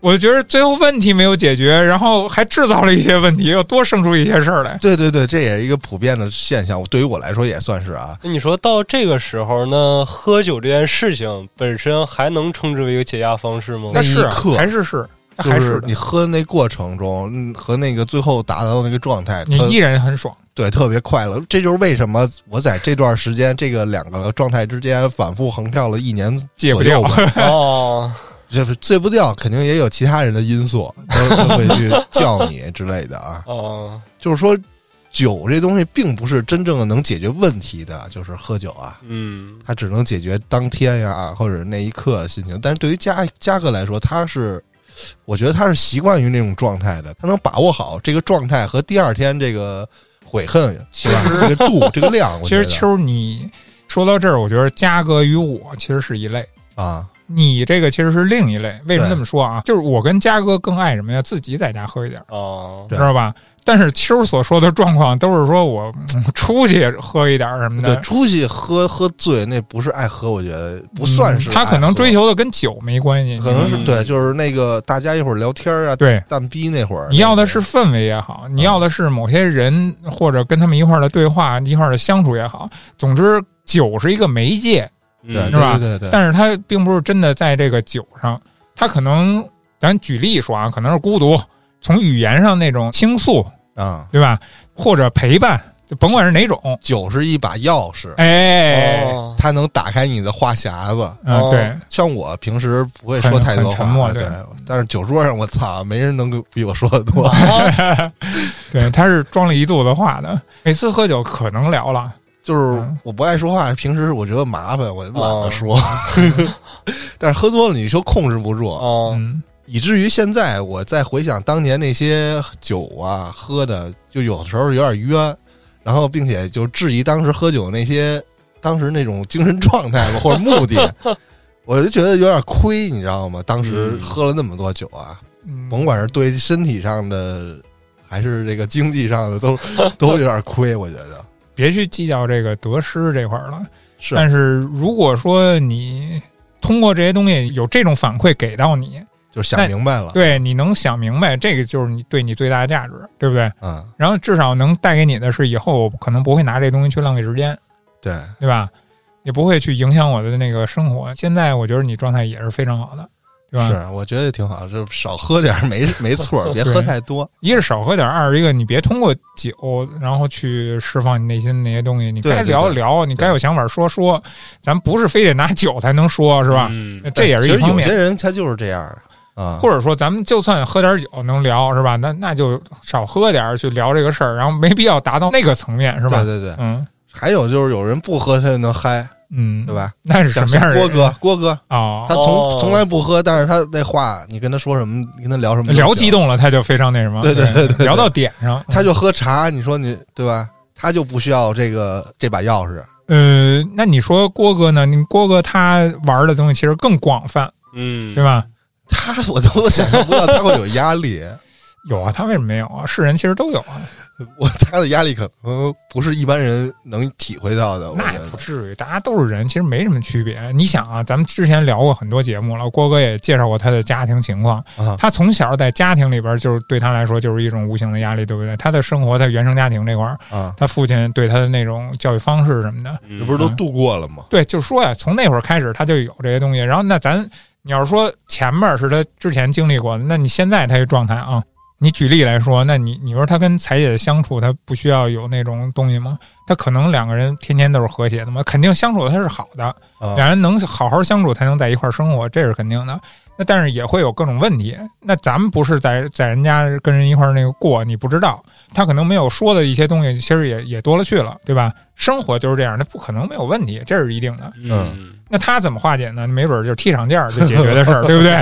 我觉得最后问题没有解决，然后还制造了一些问题，又多生出一些事儿来。对对对，这也是一个普遍的现象，对于我来说也算是啊。那你说到这个时候呢，喝酒这件事情本身还能称之为一个解压方 式吗？那那是啊一刻还是是那就还是的你喝的那过程中嗯和那个最后达到的那个状态，你它依然很爽。对，特别快乐。这就是为什么我在这段时间这个两个状态之间反复横跳了一年戒不左掉右吧。哦，。就是戒不掉，肯定也有其他人的因素，都都会去叫你之类的啊哦，就是说，酒这东西并不是真正的能解决问题的，就是喝酒啊，嗯，它只能解决当天呀、或者那一刻的心情。但是对于嘉嘉哥来说，他是，我觉得他是习惯于那种状态的，他能把握好这个状态和第二天这个悔恨，是吧？这个度，这个量，我其觉得实秋儿，你说到这儿，我觉得嘉哥与我其实是一类。啊，你这个其实是另一类，为什么对这么说啊？就是我跟嘉哥更爱什么呀？自己在家喝一点儿，哦，对知道吧？但是秋儿所说的状况都是说我嗯 出去喝一点儿什么对的，，出去喝喝醉那不是爱喝，我觉得不算嗯是爱喝、他可能追求的跟酒没关系，可能是嗯对，就是那个大家一会儿聊天啊，对。蛋逼那会儿，你要的是氛围也好，你要的是某些人或者跟他们一块儿的对话、一块儿的相处也好，总之酒是一个媒介，对嗯对是吧对对对，但是他并不是真的在这个酒上，他可能咱举例说啊，可能是孤独，从语言上那种倾诉，啊，对吧？或者陪伴，就甭管是哪种，酒是一把钥匙，哎，哦它能打开你的话匣子。嗯，哦对，像我平时不会说太多很很沉话，默对对，但是酒桌上我操，没人能够比我说的多。嗯 对，他是装了一肚子话的。每次喝酒可能聊了，就是嗯我不爱说话，平时我觉得麻烦，我就懒得说。 但是喝多了，你说控制不住，哦，嗯，以至于现在我再回想当年那些酒啊喝的，就有的时候有点冤，然后并且就质疑当时喝酒那些当时那种精神状态吧或者目的，我就觉得有点亏，你知道吗？当时嗯喝了那么多酒啊，嗯甭管是对身体上的还是这个经济上的，都都有点亏，我觉得别去计较这个得失这块儿了。是但是如果说你通过这些东西有这种反馈给到你，就想但明白了，对你能想明白，这个就是你对你最大的价值，对不对？啊、然后至少能带给你的是，以后我可能不会拿这东西去浪费时间，对，对吧？也不会去影响我的那个生活。现在我觉得你状态也是非常好的，对吧？是我觉得挺好，就少喝点儿没没错儿，别喝对太多。一是少喝点，二是一个你别通过酒，然后去释放你内心的那些东西。你对该对聊对聊，你该有想法说说，咱不是非得拿酒才能说，是吧？嗯这也是一其实方有些面。人他啊就是这样啊，或者说，咱们就算喝点酒能聊，是吧？那那就少喝点儿去聊这个事儿，然后没必要达到那个层面，是吧？对对对，嗯还有就是有人不喝他就能嗨，嗯，对？吧？那是什像么样的像郭人啊哥，郭哥哦他，哦从从来不喝，但是他那话你跟他说什么，你跟他聊什么都行，聊激动了，他就非常那什么，对对对对对聊到点上，他就喝茶，你说你对吧？他就不需要这个这把钥匙，呃，那你说郭哥呢？你郭哥他玩的东西其实更广泛，嗯，对吧？他我都想象不到他会有压力，有啊，他为什么没有啊？是人其实都有啊，我他的压力可能不是一般人能体会到的，我那觉也不得至于，大家都是人，其实没什么区别。你想啊，咱们之前聊过很多节目了，郭哥也介绍过他的家庭情况，啊他从小在家庭里边就是对他来说就是一种无形的压力，对不对？他的生活在原生家庭这块儿，啊，他父亲对他的那种教育方式什么的，嗯这不是都度过了吗？对，就是说呀，从那会儿开始他就有这些东西。然后那咱你要是说前面是他之前经历过的，那你现在他这状态啊，你举例来说，那你你说他跟彩姐的相处，他不需要有那种东西吗？他可能两个人天天都是和谐的嘛，肯定相处的他是好的，啊两人能好好相处才能在一块儿生活，这是肯定的。那但是也会有各种问题。那咱们不是在在人家跟人一块儿那个过，你不知道他可能没有说的一些东西，其实也也多了去了，对吧？生活就是这样，那不可能没有问题，这是一定的。嗯，那他怎么化解呢？没准儿就是踢场架儿就解决的事儿，对不对？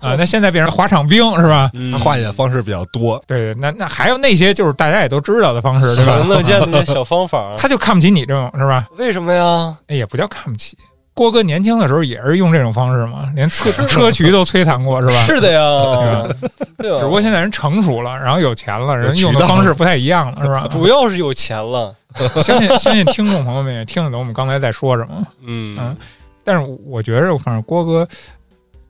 啊，那现在变成滑场兵是吧？嗯他化解的方式比较多，对，那那还有那些就是大家也都知道的方式，对喜 吧？闻乐见 的那小方法，他就看不起你这种是吧？为什么呀？哎也不叫看不起。郭哥年轻的时候也是用这种方式嘛，连车车渠都摧残过是吧？是的呀，对吧？只不过现在人成熟了，然后有钱了，人用渠的道方式不太一样了，是 吧？主要是有钱了， 相信相信听众朋友们也听得懂我们刚才在说什么。嗯嗯，但是我觉着，反正郭哥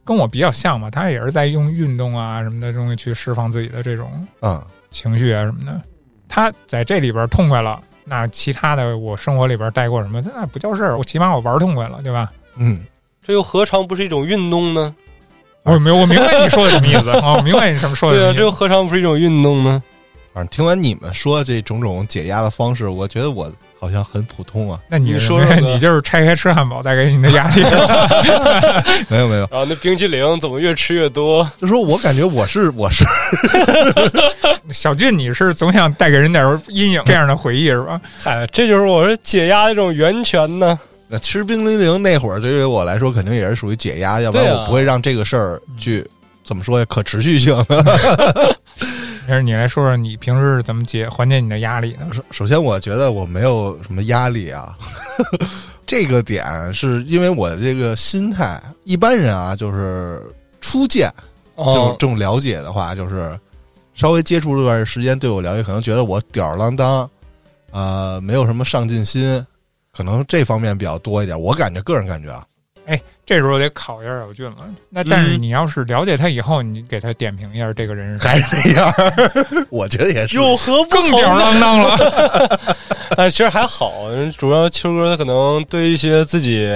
跟我比较像嘛，他也是在用运动啊什么的东西去释放自己的这种嗯，情绪啊什么的。他在这里边痛快了，那其他的我生活里边带过什么，那不叫事儿。我起码我玩痛快了，对吧？嗯，这又何尝不是一种运动呢？我明我明白你说的什么意思啊，我明白你什么说的对什啊，么意这又思。何尝不是一种运动呢？反正听完你们说这种种解压的方式，我觉得我好像很普通啊， 那你你说说你就是拆开吃汉堡带给你的压 力。没有没有，然啊后那冰激凌怎么越吃越多？就说我感觉我是我是 小俊，你是总想带给人点儿阴影这样的回忆是吧？嗨，这就是我说解压的一种源泉呢。那吃冰激凌那会儿，对于我来说肯定也是属于解压，要不然对啊我不会让这个事儿去怎么说呀可持续性。 要是你来说说你平时是怎么解缓解你的压力的？首首先，我觉得我没有什么压力啊， 这个点是因为我的这个心态。一般人啊，就是初见这种哦这，种了解的话，就是稍微接触这段时间，对我了解，可能觉得我吊儿郎当，呃，没有什么上进心，可能这方面比较多一点。我感觉个人感觉啊，这时候得考一下小俊了。那但是你要是了解他以后，你给他点评一下这个人是还是这样儿， 我觉得也是。有何不 更同吊儿呢？郎当了。但哎其实还好，嗯主要秋哥他可能对一些自己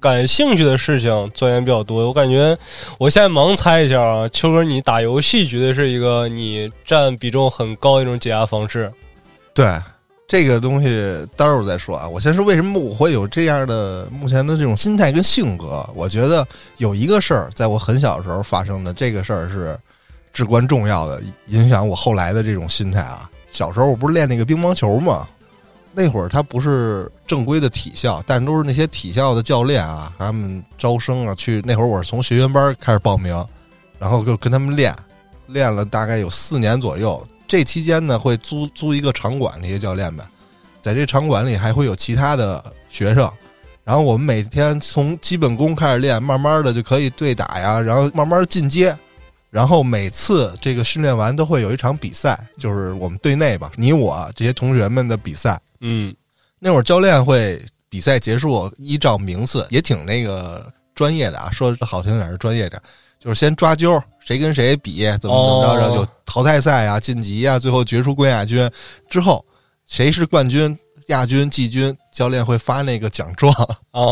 感兴趣的事情钻研比较多。我感觉我现在盲猜一下啊，秋哥你打游戏绝对是一个你占比重很高的一种解压方式。对这个东西，待会儿我再说啊。我先说为什么我会有这样的目前的这种心态跟性格。我觉得有一个事儿，在我很小的时候发生的，这个事儿是至关重要的，影响我后来的这种心态啊。小时候我不是练那个乒乓球嘛，那会儿他不是正规的体校，但都是那些体校的教练啊，他们招生啊，去那会儿我是从学员班开始报名，然后就跟他们练，练了大概有四年左右。这期间呢，会租租一个场馆，这些教练们在这场馆里还会有其他的学生。然后我们每天从基本功开始练，慢慢的就可以对打呀，然后慢慢进阶。然后每次这个训练完都会有一场比赛，就是我们队内吧，你我这些同学们的比赛。嗯，那会儿教练会比赛结束，依照名次也挺那个专业的啊，说好听点儿是专业点儿，就是先抓阄，谁跟谁比，怎么怎么着，哦然后有淘汰赛啊、晋级啊，最后决出冠亚军之后，谁是冠军、亚军、季军，教练会发那个奖状。啊，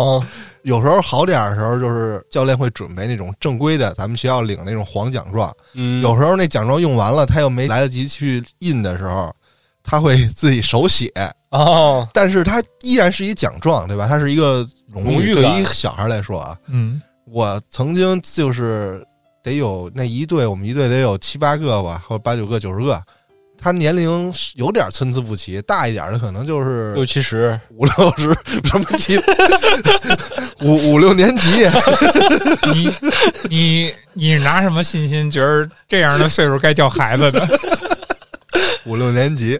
有时候好点儿的时候，就是教练会准备那种正规的，咱们学校领那种黄奖状。嗯，有时候那奖状用完了，他又没来得及去印的时候，他会自己手写。啊，但是它依然是一奖状，对吧？它是一个荣荣誉对感于小孩来说啊，嗯，我曾经就是得有那一队，我们一队得有七八个吧，或者八九个、九十个。他年龄是有点参差不齐，大一点的可能就是六 七十，五六十什么级，五五六年级。你你你拿什么信心觉得这样的岁数该叫孩子的？ 五六年级，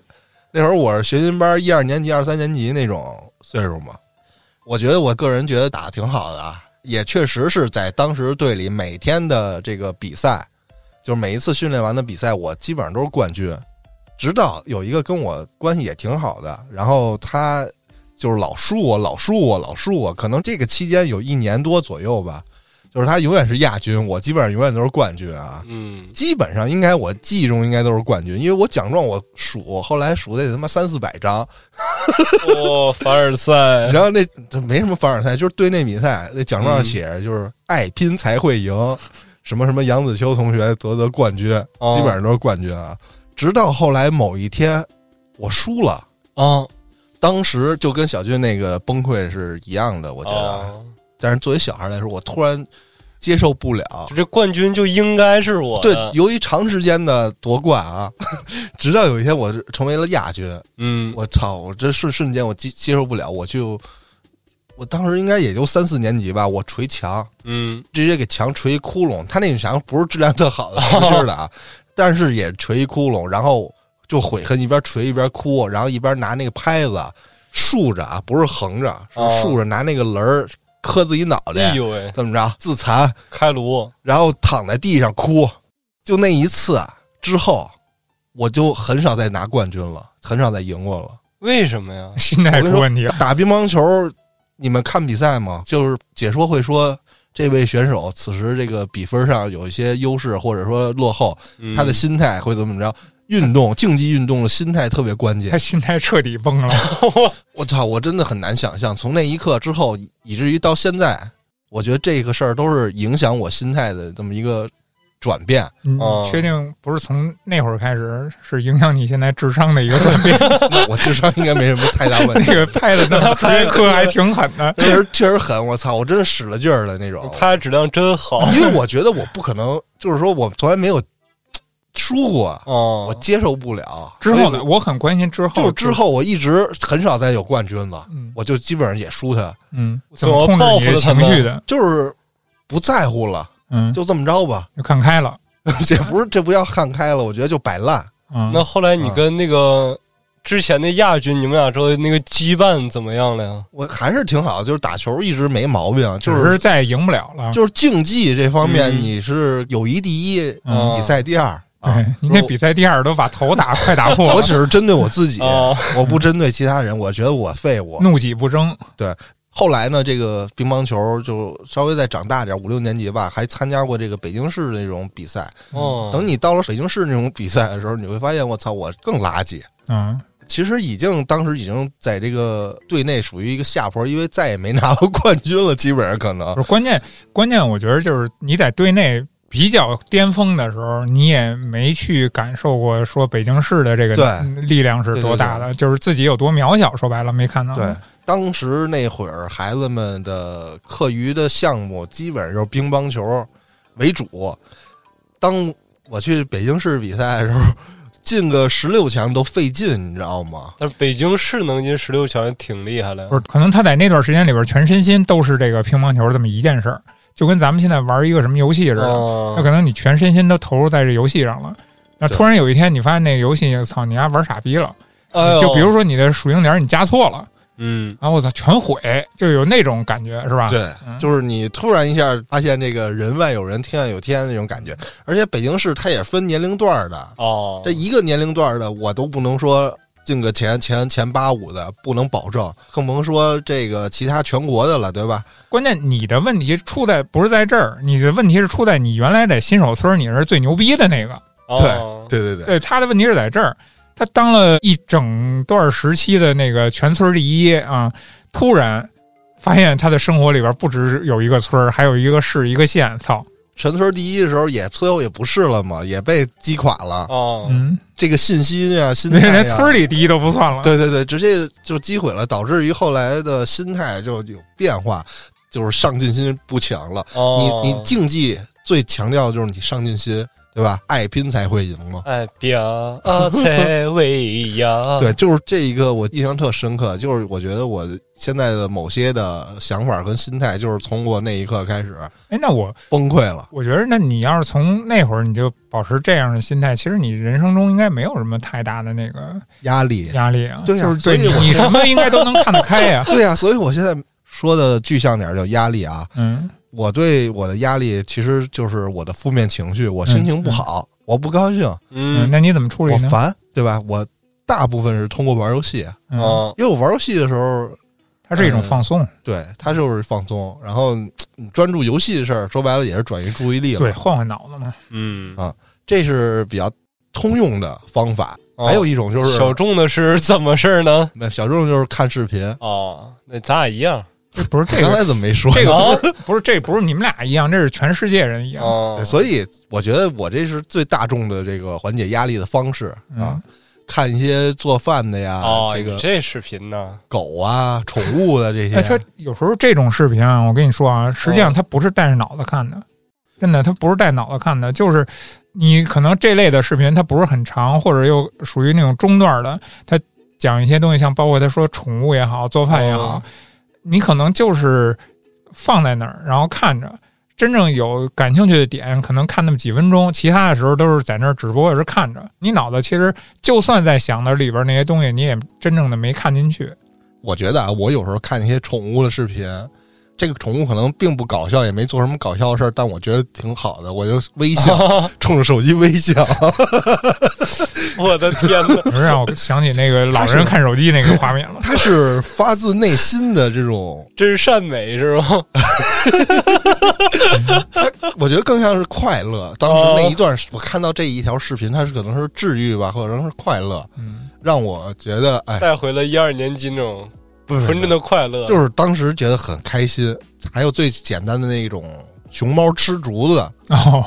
那会儿我是学军班一二年级、二三年级那种岁数嘛。我觉得我个人觉得打的挺好的啊，也确实是在当时队里每天的这个比赛，就是每一次训练完的比赛，我基本上都是冠军。直到有一个跟我关系也挺好的，然后他就是老输我，老输我，老输我。可能这个期间有一年多左右吧，就是他永远是亚军，我基本上永远都是冠军啊。嗯，基本上应该我记忆中应该都是冠军，因为我奖状我数，后来数得他妈三四百张，哦，凡尔赛，然后那这没什么凡尔赛，就是队内比赛那奖状上写着就是爱拼才会赢，什么什么杨子秋同学得得冠军，哦基本上都是冠军啊。直到后来某一天我输了，啊，当时就跟小军那个崩溃是一样的，我我觉得啊。但是作为小孩来说，我突然接受不了。就这冠军就应该是我对的，，由于长时间的夺冠啊， 直到有一天我是成为了亚军，嗯，我操！我这瞬瞬间我接接受不了，我就我当时应该也就三四年级吧，我捶墙，嗯，直接给墙捶一窟窿。他那个墙不是质量特好的不是的 啊，但是也捶一窟窿，然后就悔恨，一边捶一边哭，然后一边拿那个拍子竖着啊，不是横着，是哦竖着拿那个轮儿磕自己脑哎袋，呦喂，怎么着自残，开颅，然后躺在地上哭。就那一次之后，我就很少再拿冠军了，很少再赢过了。为什么呀？心态出问题了。打乒乓球，你们看比赛吗？就是解说会说，这位选手此时这个比分上有一些优势，或者说落后，嗯他的心态会怎么着？运动竞技运动的心态特别关键他。心态彻底崩了，哎我操，我真的很难想象，从那一刻之后，以以至于到现在，我觉得这个事儿都是影响我心态的这么一个转变。你哦嗯确定不是从那会儿开始是影响你现在智商的一个转变？我智商应该没什么太大问那 题，个拍的那么直接磕还挺狠 的，确实确实狠，我操，我真是使了劲儿的那种。拍质量真好，哦因为我觉得我不可能，就是说我从来没有输过， 哦，我接受不了。之后呢，所以我很关心之我？后，就之，后我一直很少再有冠军了，嗯我就基本上也输他，嗯，怎怎么么控制报你复的了他情们绪的？就是不在乎了，嗯，就这么着吧。 就看开了，这不是这不要看开了，我觉得就摆烂。嗯，那后来你跟那个之前的亚军，你们俩之后那个羁绊怎么样了呀？我还是挺好，就是打球一直没毛病，就只是是再也赢不了了。就是竞技这方面嗯你是友谊第一，嗯哦比赛第二啊对。哎你那比赛第二都把头打快打破 我了，只是针对我自己，哦我不针对其他人。我觉得我废物，怒己不争，后来呢，这个乒乓球就稍微再长大点，五六年级吧，还参加过这个北京市的那种比赛。哦，等你到了北京市那种比赛的时候，你会发现，我操，我更垃圾。嗯，其实已经当时已经在这个队内属于一个下坡，因为再也没拿过冠军了，基本上可能不是关键，关键我觉得就是你在队内比较巅峰的时候，你也没去感受过说北京市的这个对力量是多大的，就是自己有多渺小。说白了，没看到。对。当时那会儿，孩子们的课余的项目基本上就是乒乓球为主。当我去北京市比赛的时候，进个十六强都费劲，你知道吗？但是北京市能进十六强挺厉害了不，是，可能他在那段时间里边全身心都是这个乒乓球这么一件事儿，就跟咱们现在玩一个什么游戏啊似的，那、哦，可能你全身心都投入在这游戏上了。那对突然有一天，你发现那个游戏，操，你丫玩傻逼了！哎呦就比如，说你的属性点你加错了，嗯，然后我操，全毁，就有那种感觉，是吧？对，嗯就是你突然一下发现这个人外有人，天外有天那种感觉。而且北京市它也分年龄段儿的，哦，这一个年龄段儿的我都不能说进个前前前八五的不能保证，更甭说这个其他全国的了，对吧？关键你的问题出在不是在这儿，你的问题是出在你原来在新手村你是最牛逼的那个，哦，对对对，对他的问题是在这儿，他当了一整段时期的那个全村第一啊，突然发现他的生活里边不只是有一个村儿，还有一个市一个县，操，全村第一的时候也最后也不是了嘛，也被击垮了。哦，嗯，这个信 心啊，心态、连啊、连村里第一都不算了，对对对，直接就击毁了，导致于后来的心态就有变化，就是上进心不强了。哦，你你竞技最强调的就是你上进心，对吧？爱拼才会赢嘛。哎，表啊才为呀， 对，就是这一个我印象特深刻，就是我觉得我现在的某些的想法跟心态，就是从我那一刻开始哎，那我崩溃了。我觉得，那你要是从那会儿你就保持这样的心态，其实你人生中应该没有什么太大的那个压力，压力啊，对呀就是对所以你我你什么应该都能看得开啊呀、对呀、啊所以我现在说的具象点儿叫压力啊。嗯，我对我的压力其实就是我的负面情绪，我心情不好，我不高兴，嗯，嗯，那你怎么处嗯理我呢？烦，对吧？我大部分是通过玩游戏，嗯，哦，因为我玩游戏的时候它是一种放松，对他就是放松，然后嗯你专注游戏的事儿，说白了也是转移注意力对，了，换换脑子嘛。嗯，这是比较通用的方法。哦还有一种就是小众的是怎么事儿呢？没有小众就是看视频。哦，那咱俩一样，这不是这刚个，才怎么没说？这个啊不是不是这不是你们俩一样，这是全世界人一样。哦对，所以我觉得我这是最大众的这个缓解压力的方式啊嗯，看一些做饭的呀，哦，啊这你个这视频呢， 狗啊、宠物的这些哎哎，，它有时候这种视频啊，我跟你说啊，实际上它不是带着脑子看的，真的，它不是带脑子看的，就是你可能这类的视频它不是很长，或者又属于那种中段的，它讲一些东西，像包括他说宠物也好，做饭也好，哦你可能就是放在那儿，然后看着。真正有感兴趣的点，可能看那么几分钟，其他的时候都是在那儿，只不过是看着。你脑子其实就算在想的里边那些东西，你也真正的没看进去。我觉得啊，我有时候看一些宠物的视频，这个宠物可能并不搞笑，也没做什么搞笑的事儿，但我觉得挺好的，我就微笑，冲着手机微笑。我的天呐！不是让我想起那个老人看手机那个画 面了。它是发自内心的这 种，这是善美是吧？我觉得更像是快乐。当时哦那一段，我看到这一条视频，它是可能是治愈吧，或者是快乐，嗯，让我觉得哎，带回了一二年级那种不是纯真的快乐，就是当时觉得很开心。还有最简单的那种熊猫吃竹子，哦，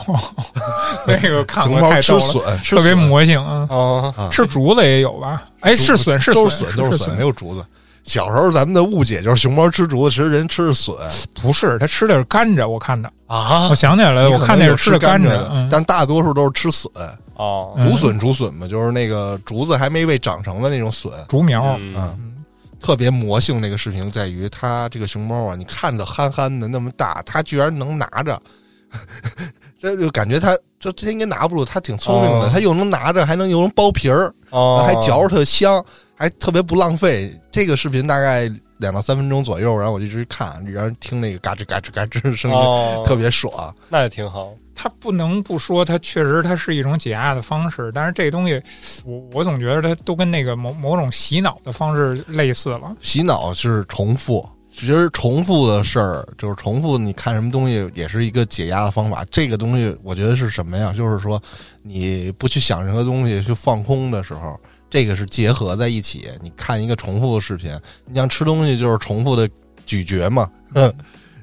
那个看熊过猫太逗吃了，笋，吃特别笋魔性啊！啊，啊，是竹子也有吧？哎，竹是笋，是都是笋，笋，都是是笋，没有竹子。小时候咱们的误解就是熊猫吃竹子，其实人吃的笋。不是，他吃的是甘蔗，我看的，啊我想起来了，哎你我可看能那有是吃的甘甘蔗蔗的，嗯但大多数都是吃笋，哦，嗯竹笋竹笋嘛，就是那个竹子还没未长成的那种笋。竹苗，嗯嗯，特别魔性那个视频在于它这个熊猫啊，你看着憨憨的那么大，它居然能拿着， 这就感觉它这这应该拿不住，它挺聪明的，哦它又能拿着，还能又能剥皮儿，哦，还嚼着特香，还特别不浪费。这个视频大概两到三分钟左右，然后我就一直看，然后听那个嘎吱嘎吱嘎吱的声音，哦，特别爽。那也挺好，它不能不说，它确实它是一种解压的方式，但是这东西，我我总觉得它都跟那个某某种洗脑的方式类似了。洗脑是重复，其实重复的事儿就是重复。你看什么东西也是一个解压的方法。这个东西我觉得是什么呀？就是说你不去想任何东西，去放空的时候，这个是结合在一起。你看一个重复的视频，你像吃东西就是重复的咀嚼嘛， 哼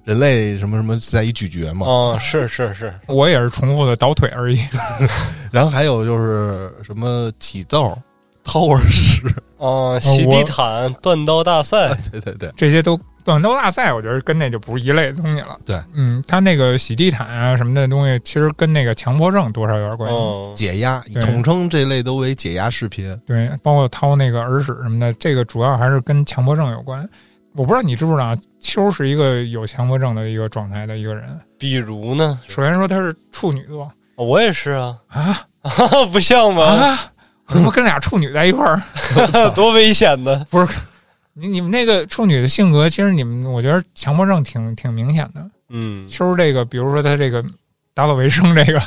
人类什么什么在于咀嚼嘛。哦，是是是，我也是重复的倒腿而已。然后还有就是什么挤痘、掏耳屎， 啊哦，洗地我毯、断刀大赛，对对对，这些都短道大赛，我觉得跟那就不是一类的东西了。对，嗯，它那个洗地毯啊什么的东西，其实跟那个强迫症多少有点哎关系。哦，解压，对统称这类都为解压视频。对，包括掏那个耳屎什么的，这个主要还是跟强迫症有关。我不知道你知不知道啊，秋是一个有强迫症的一个状态的一个人。比如呢，首先说他是处女座我也是啊，啊 不像吗？啊，我他妈跟俩处女在一块儿， 啊 多危险呢！你你们那个处女的性格，其实你们我觉得强迫症挺挺明显的。嗯，秋这个，比如说他这个打扫卫生这个，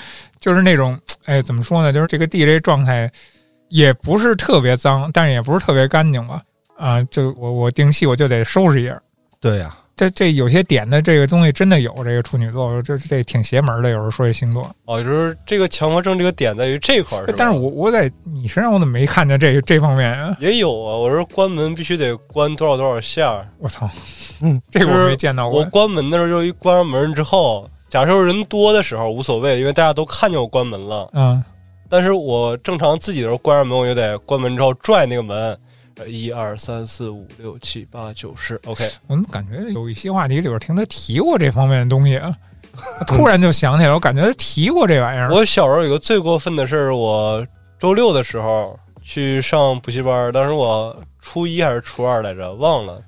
就是那种哎，怎么说呢？就是这个地这状态也不是特别脏，但是也不是特别干净吧？啊，就我我定期我就得收拾一下。对呀、这这有些点的这个东西真的有这个处女座，这这挺邪门的。有时候说这星座，哦，就是这个强迫症这个点在于这块儿，吧但是我我在你身上我怎么没看见这这方面啊？也有啊，我是关门必须得关多少多少下儿，我 操，嗯这个就我是没见到我过。关门的时候，就一关上门之后，假设人多的时候无所谓，因为大家都看见我关门了。嗯，但是我正常自己的时候关上门，我就得关门之后拽那个门，呃一二三四五六七八九十，OK，我怎么感觉有一期话题里边听他提过这方面的东西 啊？突然就想起来，我感觉他提过这玩意儿。我小时候有个最过分的事儿，我周六的时候去上补习班儿，当时我初一还是初二来着，忘了。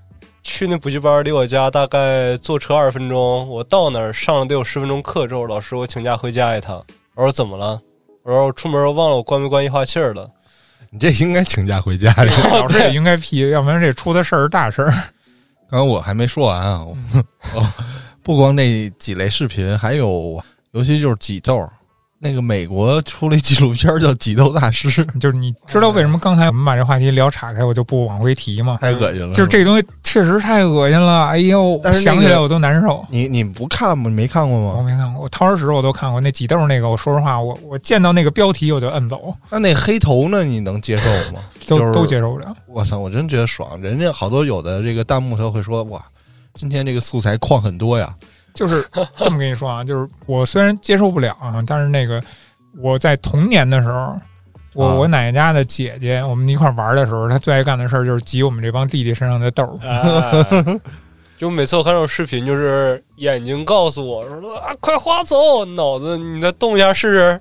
去那补习班儿离我家大概坐车二十分钟，我到那儿上了得有十分钟课之后，老师我请假回家一趟。我说怎么了？我说我出门忘了我关没关液化气儿了。你这应该请假回家去。 老师也应该批，要不然这出的事儿是大事儿。 刚刚我还没说完啊，我 哦，不光那几类视频，还有尤其就是挤痘，那个美国出了一纪录片儿叫《挤痘大师》，就是你知道为什么刚才我们把这话题聊岔开，我就不往回提吗？太恶心了。就是这东西确实太恶心了，哎呦，嗯但是那个嗯想起来我都难受。你你不看吗？你没看过我吗？没看过，我掏耳屎我都看过，那挤痘那个，我说实话，我我见到那个标题我就摁走，那那黑头呢？你能接受吗？都、就是都接受不了。我操，我真觉得爽。人家好多有的这个弹幕他会说哇，今天这个素材矿很多呀。就是这么跟你说啊，就是我虽然接受不了啊，但是那个我在童年的时候，我、啊我奶奶家的姐姐，我们一块儿玩的时候，她最爱干的事儿就是挤我们这帮弟弟身上的痘儿。哎就每次我看这种视频，就是眼睛告诉我说啊，快划走，脑子你再动一下试试。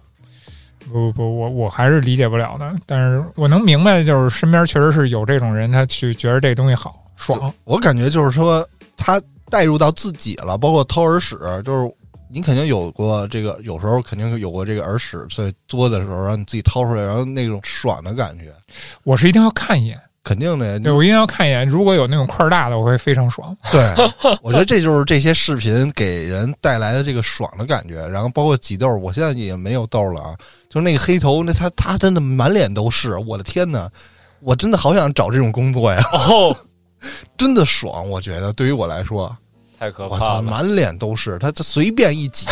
不不不，我我还是理解不了的。但是我能明白的就是，身边确实是有这种人，他去觉得这东西好爽。我感觉就是说，他带入到自己了，包括掏耳屎，就是你肯定有过这个，有时候肯定有过这个耳屎在嘬的时候，让你自己掏出来，然后那种爽的感觉，我是一定要看一眼，肯定的。对我一定要看一眼。如果有那种块儿大的，我会非常爽。嗯对，我觉得这就是这些视频给人带来的这个爽的感觉。然后包括挤痘，我现在也没有痘了啊。就是那个黑头，那他他真的满脸都是，我的天呐，我真的好想找这种工作呀， 哦，真的爽。我觉得对于我来说，太可我操，怕了！满脸都是，他他随便一 挤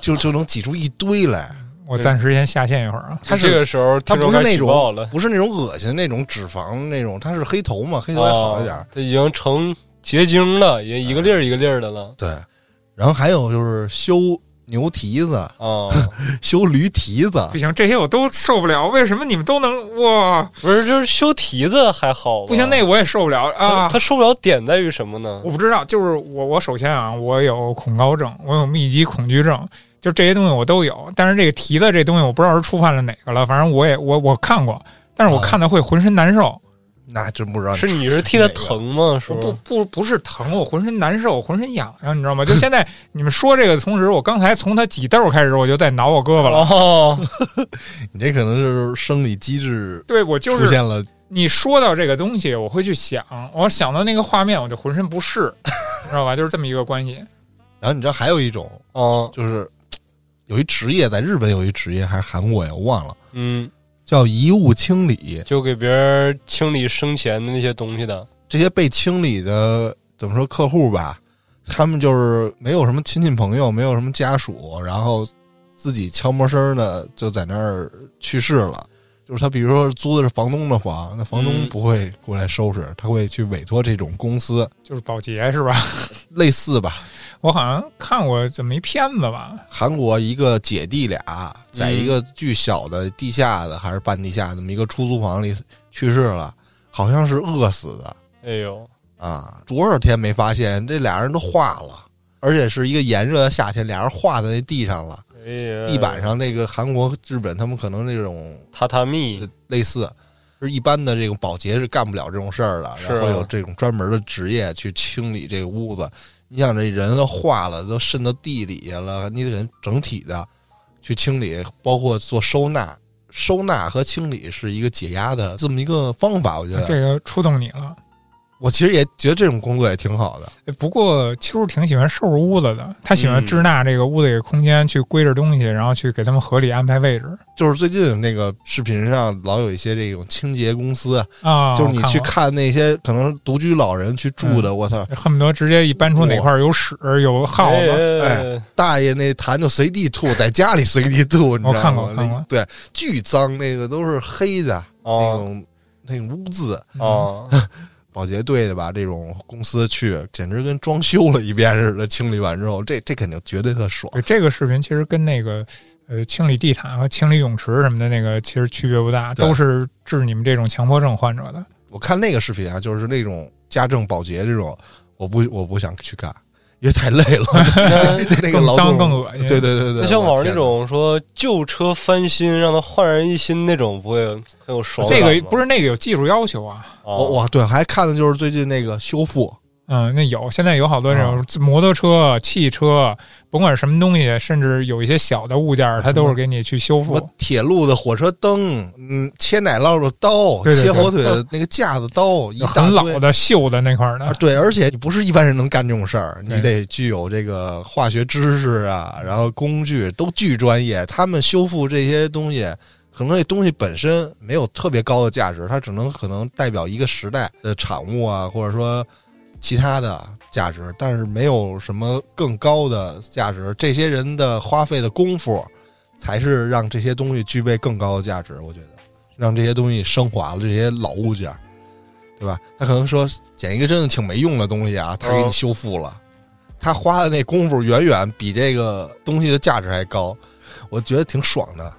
就就能挤出一堆来。我暂时先下线一会儿啊。他这是个时候他听不众是开那始举报种了，不是那种恶心那种脂肪那种，他是黑头嘛，黑头还好一点。哦，它已经成结晶了，也一个粒儿一个粒儿的了。对，然后还有就是修牛蹄子、 啊，修驴蹄子不，行，这些我都受不了。为什么你们都能哇？不是，就是修蹄子还好吧，不行，那我也受不了啊他！他受不了点在于什么呢？我不知道，就是我我首先啊，我有恐高症，我有密集恐惧症，就这些东西我都有。但是这个蹄子这东西，我不知道是触犯了哪个了，反正我也我我看过，但是我啊看的会浑身难受。那真不知道是你是替他疼吗？是我不吗？不不是疼，我浑身难受，我浑身痒痒，你知道吗？就现在你们说这个的同时，我刚才从他挤痘开始，我就在挠我胳膊了。哦，你这可能就是生理机制对，我就出是现了。你说到这个东西，我会去想，我想到那个画面，我就浑身不适，知道吧？就是这么一个关系。然后你知道还有一种哦，就是有一职业，在日本有一职业还是韩国呀，我忘了，嗯，叫遗物清理。就给别人清理生前的那些东西的。这些被清理的怎么说客户吧，他们就是没有什么亲戚朋友，没有什么家属，然后自己悄没声的就在那儿去世了。就是他，比如说租的是房东的房，那房东嗯不会过来收拾，他会去委托这种公司，就是保洁是吧？类似吧。我好像看过这么一片子吧，韩国一个姐弟俩在一个巨小的地下的还是半地下的那么一个出租房里去世了，好像是饿死的。哎呦，啊，多少天没发现这俩人都化了，而且是一个炎热的夏天，俩人化在那地上了，哎呀，地板上那个韩国、日本他们可能那种榻榻米，哎类似，是一般的这种保洁是干不了这种事儿的，是啊然后有这种专门的职业去清理这个屋子。你想这人都化了，都渗到地底下了，你得整体的去清理，包括做收纳。收纳和清理是一个解压的这么一个方法，啊我觉得这个触动你了。我其实也觉得这种工作也挺好的。不过秋儿挺喜欢收拾屋子的，他喜欢嗯支纳这个屋子里的空间，去归置东西，然后去给他们合理安排位置就是最近那个视频上老有一些这种清洁公司，啊。就是你我去过嗯看那些可能独居老人去住的，我操、恨不得直接一搬出哪块儿有屎有耗哎子，呀，大爷那痰就随地吐，在家里随地吐，你知我道看过吗？看那过对，巨脏，那个都是黑的，那哦种那种污嗯渍，哦，保洁队的吧，这种公司去，简直跟装修了一遍似的。清理完之后，这这肯定绝对特爽。对这个视频其实跟那个呃清理地毯和清理泳池什么的那个其实区别不大，对都是治你们这种强迫症患者的。我看那个视频啊，就是那种家政保洁这种，我不我不想去干，因为太累 了，那那个更劳脏动更恶心。对对对对，那像我网上那天哪种说旧车翻新，让它焕然一新那种，不会很有爽感这吗？个不是那个有技术要求啊，哦，我我对还看的就是最近那个修复，嗯，那有现在有好多这啊种摩托车、汽车，甭管什么东西，甚至有一些小的物件儿，它都是给你去修什复么。铁路的火车灯，嗯，切奶酪的刀，对对对切火腿的那个架子刀，一就大很老堆的锈的那块儿啊的，对，而且你不是一般人能干这种事儿，对你得具有这个化学知识啊，然后工具都巨专业。他们修复这些东西，可能这东西本身没有特别高的价值，它只能可能代表一个时代的产物啊，或者说其他的价值，但是没有什么更高的价值。这些人的花费的功夫，才是让这些东西具备更高的价值。我觉得，让这些东西升华了这些老物件儿。对吧？他可能说捡一个真的挺没用的东西啊，他给你哦嗯修复了，他花的那功夫远远比这个东西的价值还高，我觉得挺爽的。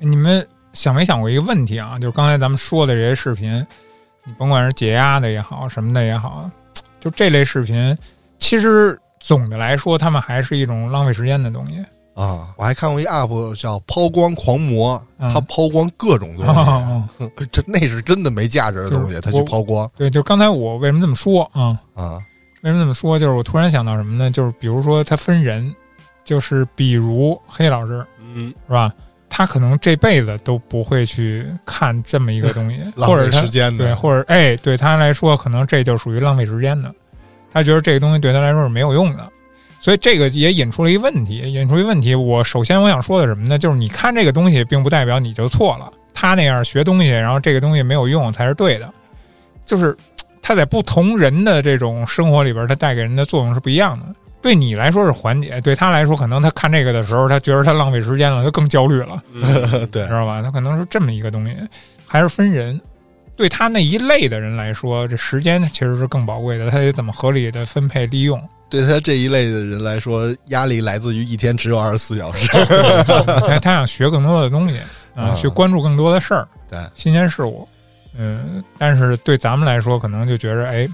你们想没想过一个问题啊？就是刚才咱们说的这些视频，你甭管是解压的也好，什么的也好，就这类视频，其实总的来说，他们还是一种浪费时间的东西。啊，我还看过一 UP 叫“抛光狂魔”，嗯他抛光各种东西，哦 这那是真的没价值的东西，就是他去抛光 对，就刚才我为什么这么说啊、啊为什么这么说？就是我突然想到什么呢？就是比如说，他分人，就是比如黑老师嗯，是吧？他可能这辈子都不会去看这么一个东西，浪或者费他时间的对，或者哎，对他来说，可能这就属于浪费时间的。他觉得这个东西对他来说是没有用的，所以这个也引出了一问题，引出一问题。我首先我想说的什么呢？就是你看这个东西，并不代表你就错了。他那样学东西，然后这个东西没有用才是对的，就是他在不同人的这种生活里边，它带给人的作用是不一样的。对你来说是缓解，对他来说，可能他看这个的时候，他觉得他浪费时间了，他更焦虑了。呃对嗯知道吧？它可能是这么一个东西，还是分人。对他那一类的人来说，这时间其实是更宝贵的，他得怎么合理的分配利 用，对他这一类的人来说，压力来自于一天只有二十四小时。他他想学更多的东西，啊、嗯去关注更多的事儿，对新鲜事物。嗯，但是对咱们来说，可能就觉着，哎，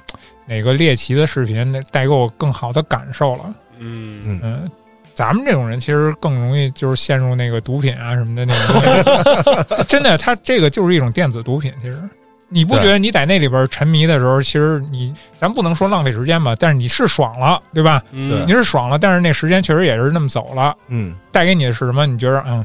哪个猎奇的视频能带给我更好的感受了。嗯嗯，咱们这种人其实更容易就是陷入那个毒品啊什么的那种东 西，真的，它这个就是一种电子毒品。其实你不觉得你在那里边沉迷的时候，其实你咱不能说浪费时间吧，但是你是爽了，对吧？嗯你是爽了，但是那时间确实也是那么走了，嗯，带给你的是什么？你觉得嗯。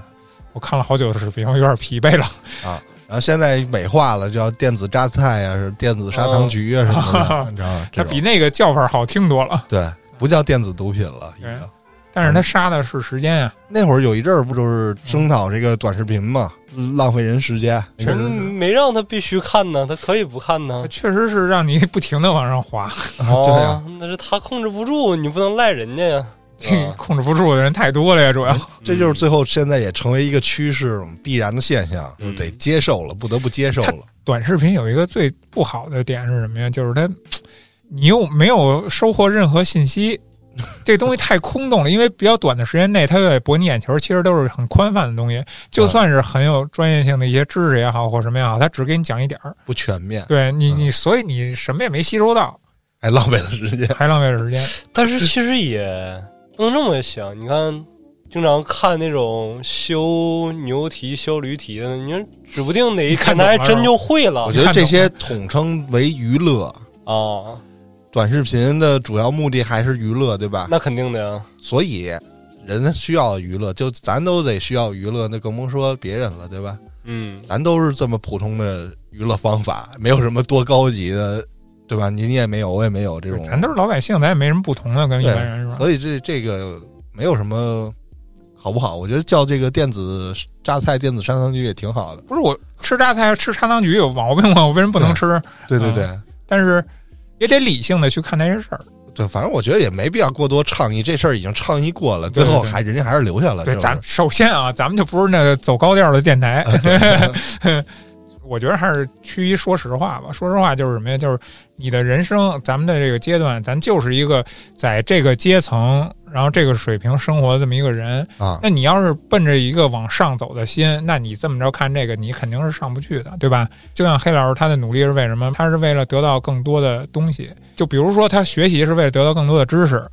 我看了好久的视频，我有点疲惫了。然后现在美化了，叫电子榨菜啊，是 电子砂糖橘啊什么的，你知道吗？哦它 这比种那个叫法好听多了，对不叫电子毒品了，已经对。但是它杀的是时间啊。那会儿有一阵儿不就是声讨这个短视频嘛，浪费人时间。嗯确实是嗯没让他必须看呢，他可以不看 呢。确实是让你不停的往上滑，对啊，哦那是他控制不住，你不能赖人家呀。 嗯啊这控制不住的人太多了呀，主要。这就是最后现在也成为一个趋势必然的现象，就嗯得接受了，不得不接受了。短视频有一个最不好的点是什么呀？就是它，你又没有收获任何信 息，这东西太空洞了。因为比较短的时间内，它在博你眼球，其实都是很宽泛的东嗯西。就算是很有专业性的一些知识也好，或什么也好，它只给你讲一点儿。不全面，对你，嗯你所以你什么也没吸收 到，还浪费了时 间。还浪费了时间。但是其实也不能这么想，你看。经常看那种修牛蹄、修驴蹄的，你说指不定哪一天他还真就会了我觉得这些统称为娱乐，啊！短视频的主要目的还是娱乐，对啊吧？那肯定的呀，所以人需要娱乐，就咱都得需要娱乐，那更甭说别人了，对吧？嗯，咱都是这么普通的娱乐方法，没有什么多高级的，对吧？你你也没有，我也没有这种，咱都是老百姓，咱也没什么不同的，跟一般人是吧？所以这这个没有什么好不好？我觉得叫这个电子榨菜、电子砂糖橘也挺好的。不是我吃榨菜、吃砂糖橘有毛病吗？我为什么不能吃？对对对、但是也得理性的去看待这事儿。对，反正我觉得也没必要过多倡议，这事儿已经倡议过了，最后还人家还是留下了。对，这种咱首先啊，咱们就不是那个走高调的电 台。嗯 我觉得还是趋于说实话吧。说实话就是什么呀？就是你的人生，咱们的这个阶段，咱就是一个在这个阶层，然后这个水平生活的这么一个人。啊，那你要是奔着一个往上走的心，那你这么着看这个，你肯定是上不去的，对吧？就像黑老师他的努力是为什么？他是为了得到更多的东西。就比如说他学习是为了得到更多的知识，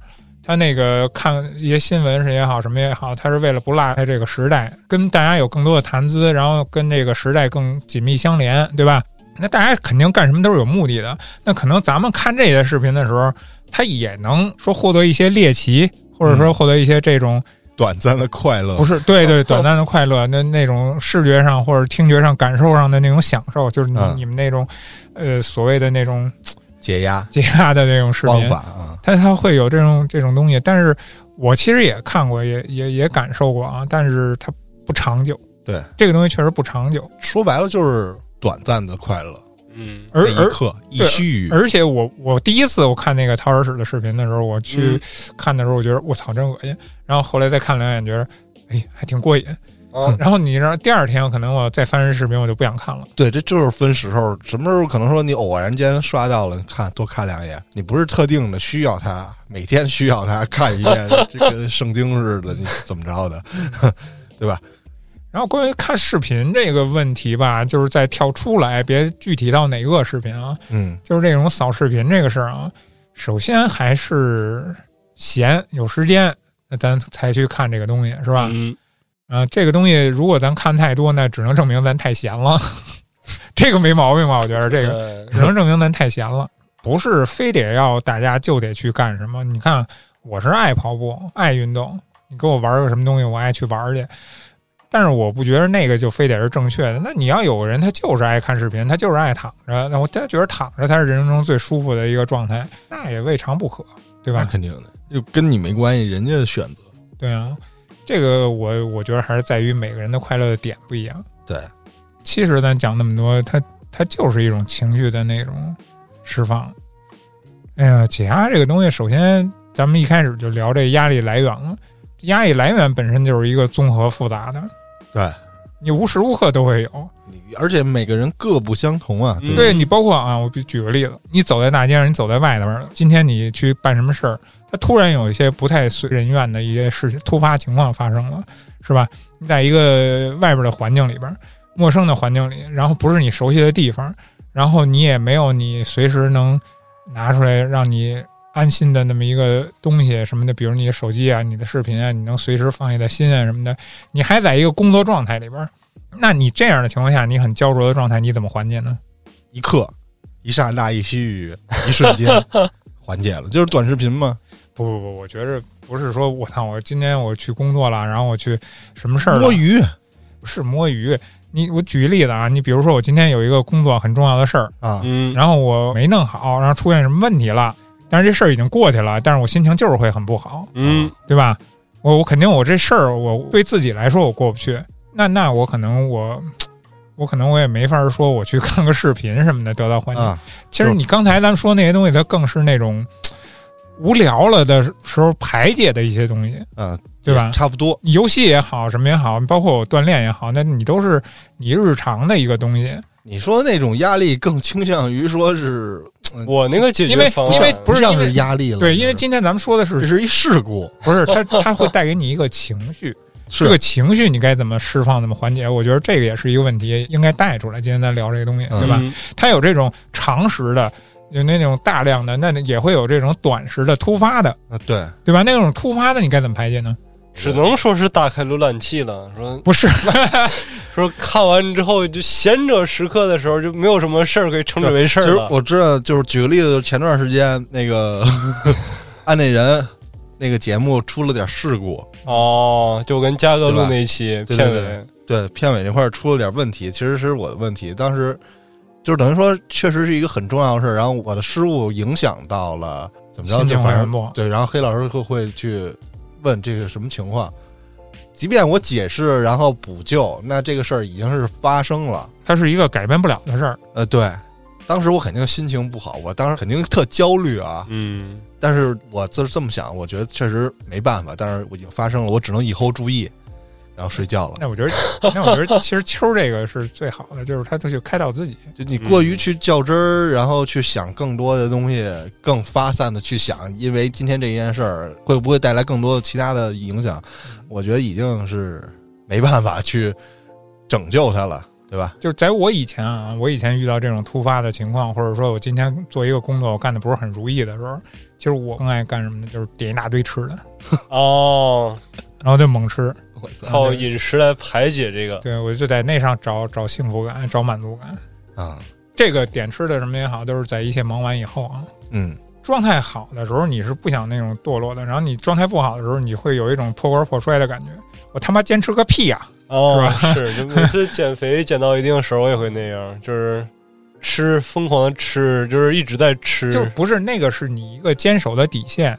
他那个看一些新闻是也好，什么也好，他是为了不落在这个时代，跟大家有更多的谈资，然后跟这个时代更紧密相连，对吧？那大家肯定干什么都是有目的的。那可能咱们看这些视频的时候，他也能说获得一些猎奇，或者说获得一些这种短暂的快乐不是，对哦对，短暂的快乐，那那种视觉上或者听觉上感受上的那种享受，就是你、嗯你们那种，呃，所谓的那种 解压解压的那种视方频法，啊，它它会有这种这种东西。但是我其实也看过，也也也感受过啊，但是它不长久。对，这个东西确实不长久。说白了就是短暂的快乐，嗯，而那一而刻一对须臾，而且我我第一次我看那个掏耳屎的视频的时候，我去嗯看的时候，我觉得我操真恶心。然后后来再看两眼，觉得哎还挺过瘾。嗯啊，然后你让第二天可能我再翻视频，我就不想看了。对，这就是分时候，什么时候可能说你偶然间刷到了，看多看两眼，你不是特定的需要它，每天需要它看一遍，这跟圣经似的，你怎么着的，对吧？然后关于看视频这个问题吧，就是再跳出来，别具体到哪个视频啊，嗯就是这种扫视频这个事儿啊，首先还是闲有时间，那咱才去看这个东西，是吧？嗯，啊、这个东西如果咱看太多，那只能证明咱太闲了， 这个没毛病吧？我觉得这个个只能证明咱太闲了，不是非得要大家就得去干什么。你看，我是爱跑步，爱运动，你给我玩个什么东西，我爱去玩去。但是我不觉得那个就非得是正确的。那你要有个人他就是爱看视频，他就是爱躺着，那我他觉得躺着才是人生中最舒服的一个状态，那也未尝不可，对那吧？肯定的，就跟你没关系，人家的选择。对啊，这个我我觉得还是在于每个人的快乐的点不一样。对，其实咱讲那么多，它它就是一种情绪的那种释放。哎呀，解压这个东西，首先咱们一开始就聊这压力来源了。压力来源本身就是一个综合复杂的，对你无时无刻都会有。你而且每个人各不相同啊，嗯对你，包括啊，我比举个例子，你走在大街上，你走在外头边儿，今天你去办什么事儿，它突然有一些不太随人愿的一些事情、突发情况发生了，是吧？你在一个外边的环境里边儿，陌生的环境里，然后不是你熟悉的地方，然后你也没有你随时能拿出来让你安心的那么一个东西什么的，比如你的手机啊、你的视频啊，你能随时放下的心啊什么的，你还在一个工作状态里边儿，那你这样的情况下，你很焦灼的状态，你怎么缓解呢？一刻、一刹那、一须臾、一 瞬间缓解了，就是短视频嘛。不不不，我觉着不是说我操，我今天我去工作了，然后我去什么事儿了摸鱼不是摸鱼。你我举例子啊，你比如说我今天有一个工作很重要的事儿，啊，嗯，然后我没弄好，然后出现什么问题了，但是这事儿已经过去了，但是我心情就是会很不好，嗯，对吧？我我肯定我这事儿我对自己来说我过不去，那那我可能我我可能我也没法说我去看个视频什么的得到缓解。啊，其实你刚才咱们说那些东西，它更是那种无聊了的时候排解的一些东西，嗯，对吧？差不多，游戏也好，什么也好，包括我锻炼也好，那你都是你日常的一个东西。你说那种压力更倾向于说是，嗯我那个解因为决方因为案，不是像因为是压力了，对，因为这今天咱们说的这 是是一事故，不是它它会带给你一个情绪，是这个情绪你该怎么释放，怎么缓解？我觉得这个也是一个问题，应该带出来。今天咱聊这个东西，对吧？嗯？它有这种常识的，有那种大量的，那也会有这种短时的、突发的，啊，对，对吧？那种突发的你该怎么排解呢？只能说是打开浏览器了。说不是，说看完之后，就闲者时刻的时候，就没有什么事儿可以称之为事其儿实了。我知道，就是举个例子，前段时间那 个案内人那个节目出了点事故，哦，就我跟嘉对哥录吧那一期对对片对尾，对片尾那块儿出了点问题，其实是我的问题，当时就是等于说确实是一个很重要的事儿，然后我的失误影响到了怎么着，心情就反会很正不好。对，然后黑老师会会去问这个什么情况，即便我解释然后补救，那这个事儿已经是发生了。它是一个改变不了的事儿。呃，对，当时我肯定心情不好，我当时肯定特焦虑啊。嗯，但是我就是这么想，我觉得确实没办法，但是我已经发生了，我只能以后注意，然后睡觉了。那我觉得， 那我觉得其实秋这个是最好的，就是他就去开导自己。就你过于去较真儿，然后去想更多的东西，更发散的去想，因为今天这一件事儿会不会带来更多的其他的影响？我觉得已经是没办法去拯救它了，对吧？就是在我以前啊，我以前遇到这种突发的情况，或者说我今天做一个工作，我干的不是很如意的时候，其实我更爱干什么呢？就是点一大堆吃的，哦，然后就猛吃。我操靠饮食来排解这个。对我就在那上找找幸福感，哎找满足感。啊，这个点吃的什么也好，都是在一切忙完以后啊。嗯，状态好的时候，你是不想那种堕落的；然后你状态不好的时候，你会有一种破罐破摔的感觉。我他妈坚持个屁呀、啊哦，是，就每次减肥减到一定时候，我也会那样，就是吃，疯狂的吃，就是一直在吃。就嗯不是那个是你一个坚守的底线，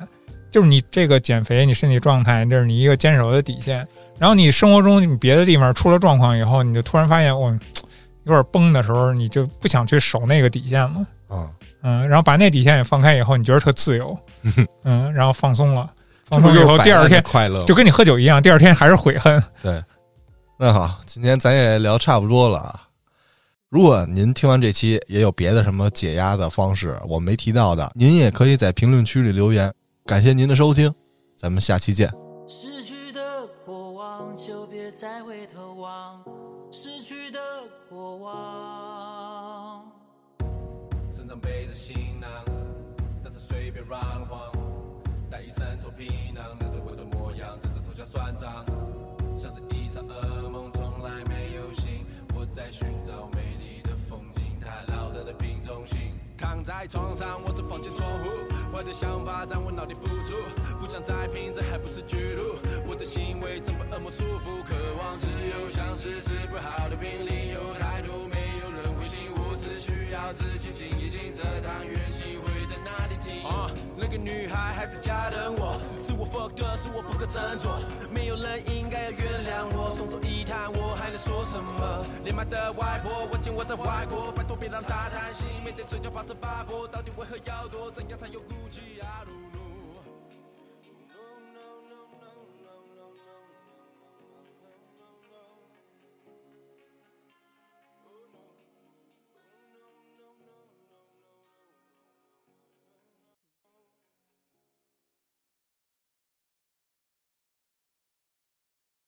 就是你这个减肥，你身体状态，这是你一个坚守的底线。然后你生活中你别的地方出了状况以后，你就突然发现我哦有点崩的时候，你就不想去守那个底线了，啊，嗯，然后把那底线也放开以后，你觉得特自 由，嗯，然后放松了，这放不松就以是后摆第二烂的天快乐吗就跟你喝酒一样，第二天还是悔恨。那好，今天咱也聊差不多了啊。如果您听完这期也有别的什么解压的方式，我没提到的，您也可以在评论区里留言。感谢您的收听，咱们下期见。逝去的过往，就别再回头望。逝去的过往。身上背着行囊，但是随便嚷慌。带一身臭皮囊，面对我的模样，带着嘲笑算账，像是一场噩梦，从来没有醒。我在寻找美丽的风景，它烙在了瓶中心。躺在床上，我只房间窗户，坏的想法在我脑里浮出，不想再拼，这还不是巨鹿。我的行为怎被恶魔束缚？渴望自由，像是治不好的病，理由态度没有轮回心，我只需要自己静一静，这趟远行会在哪里停？啊、那个女孩还在家等我，是我 fuck 的，是我不可斟酌，没有人应该要原谅我，双手一摊，我还能说什么？年迈的外婆，我见我在外国，拜托别让她担心，每天睡觉抱着巴博，到底为何要躲？怎样才有骨气啊？如